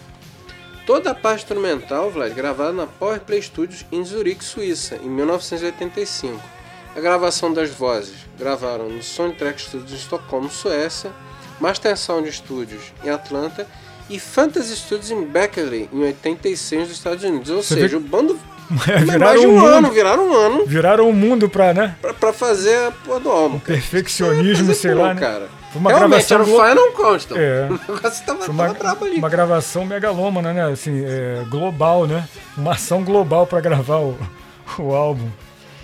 B: Toda a parte instrumental, Vlad, gravada na Power Play Studios em Zurique, Suíça, em 1985. A gravação das vozes gravaram no Soundtrack Studios em Estocolmo, Suécia, Master Sound Studios em Atlanta e Fantasy Studios em Berkeley, em 86, nos Estados Unidos. Ou
A: Você
B: seja,
A: vê- É,
B: o bando
A: Viraram
B: mais de
A: o
B: um
A: mundo.
B: ano, viraram um ano
A: Viraram o mundo pra, né?
B: pra, pra fazer a porra do álbum. cara.
A: Perfeccionismo,
B: Fazer
A: sei
B: como,
A: lá, né?
B: é cara.
A: Foi uma
B: Realmente,
A: gravação
B: era o
A: glo-
B: Final Constant.
A: É.
B: O negócio tava,
A: Uma,
B: tava brabo ali,
A: uma gravação megalômana, né? Assim, é, global, né? Uma ação global para gravar o, o álbum.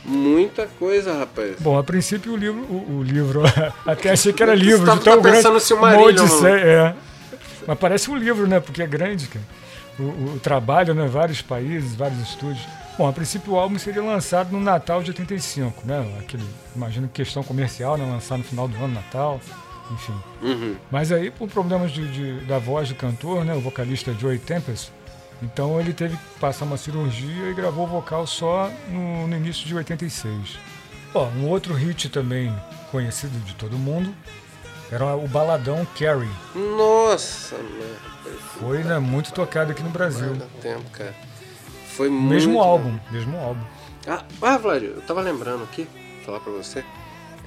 B: Muita coisa, rapaz.
A: Bom, a princípio o livro, o, o livro, até achei que era
B: Você
A: livro,
B: tá-
A: de tão
B: tá
A: grande.
B: pensando no Silmarillion,
A: uma odisseia, é. Mas parece um livro, né? Porque é grande, cara. O, o- o trabalho, né? Vários países, vários estúdios. Bom, a princípio o álbum seria lançado no Natal de 85, né? Aquele, imagino que questão comercial, né? Lançar no final do ano, Natal, enfim.
B: Uhum.
A: Mas aí, por problemas de, de- da voz do cantor, né, o vocalista Joey Tempest, então ele teve que passar uma cirurgia e gravou o vocal só no, no início de 86. Ó, um outro hit também conhecido de todo mundo era o baladão Carrie.
B: Nossa, merda.
A: Foi né, muito tocado aqui no Brasil.
B: Guarda um tempo, cara. Foi
A: Mesmo
B: muito-
A: álbum, mesmo álbum.
B: Ah, ah, Vlad, eu tava lembrando aqui. falar pra você.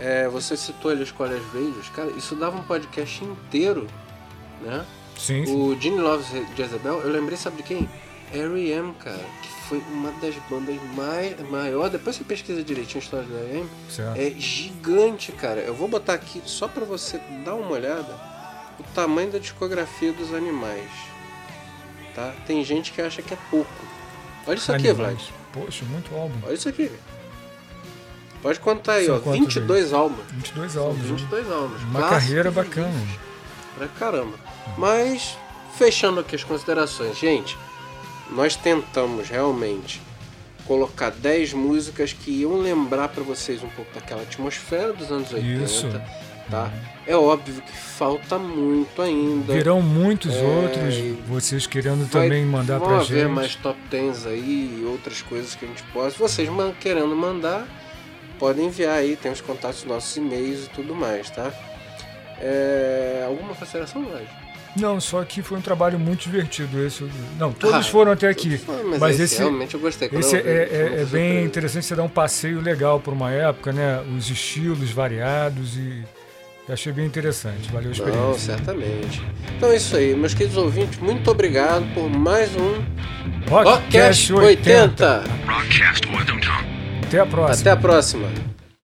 B: É, você citou ali os College Radios. Cara, isso dava um podcast inteiro, né?
A: Sim, sim.
B: O Gene Loves Jezebel, eu lembrei, sabe de quem? R.E.M., cara, que foi uma das bandas mais maior. Depois você pesquisa direitinho a história do R.E.M.
A: Certo.
B: É gigante, cara. Eu vou botar aqui, só pra você dar uma olhada, o tamanho da discografia dos animais. Tá? Tem gente que acha que é pouco. Olha isso aqui, Vlad.
A: Animais. Poxa, muito álbum.
B: Olha isso aqui. Pode contar aí,
A: São
B: ó.
A: quantos
B: 22 álbuns.
A: 22
B: São
A: álbuns. né?
B: 22 álbuns.
A: Uma
B: Clássicos
A: carreira
B: e
A: bacana.
B: pra caramba. Mas, fechando aqui as considerações, gente, nós tentamos realmente colocar 10 músicas que iam lembrar pra vocês um pouco daquela atmosfera dos anos 80,
A: Isso. Uhum.
B: tá? É óbvio que falta muito ainda.
A: Virão muitos
B: É,
A: outros,
B: e
A: vocês querendo
B: Vai-
A: também mandar
B: vão
A: pra
B: haver
A: gente.
B: mais top 10 aí e outras coisas que a gente possa. Vocês man- querendo mandar, podem enviar aí, tem os contatos nossos e-mails e tudo mais, tá? É, alguma consideração, Vlad?
A: Não, só que foi um trabalho muito divertido esse. Não, todos
B: Ah,
A: foram até aqui.
B: Ah,
A: Mas, esse,
B: realmente eu gostei. Quando
A: esse é,
B: eu vi, foi uma
A: é- é
B: surpresa.
A: bem interessante, você dá um passeio legal por uma época, né? Os estilos variados e eu achei bem interessante. Valeu a experiência.
B: Não, certamente. Então é isso aí, meus queridos ouvintes, muito obrigado por mais um
A: Rockcast 80.
B: 80.
C: Rockcast 80.
A: Até a próxima.
B: Até a próxima.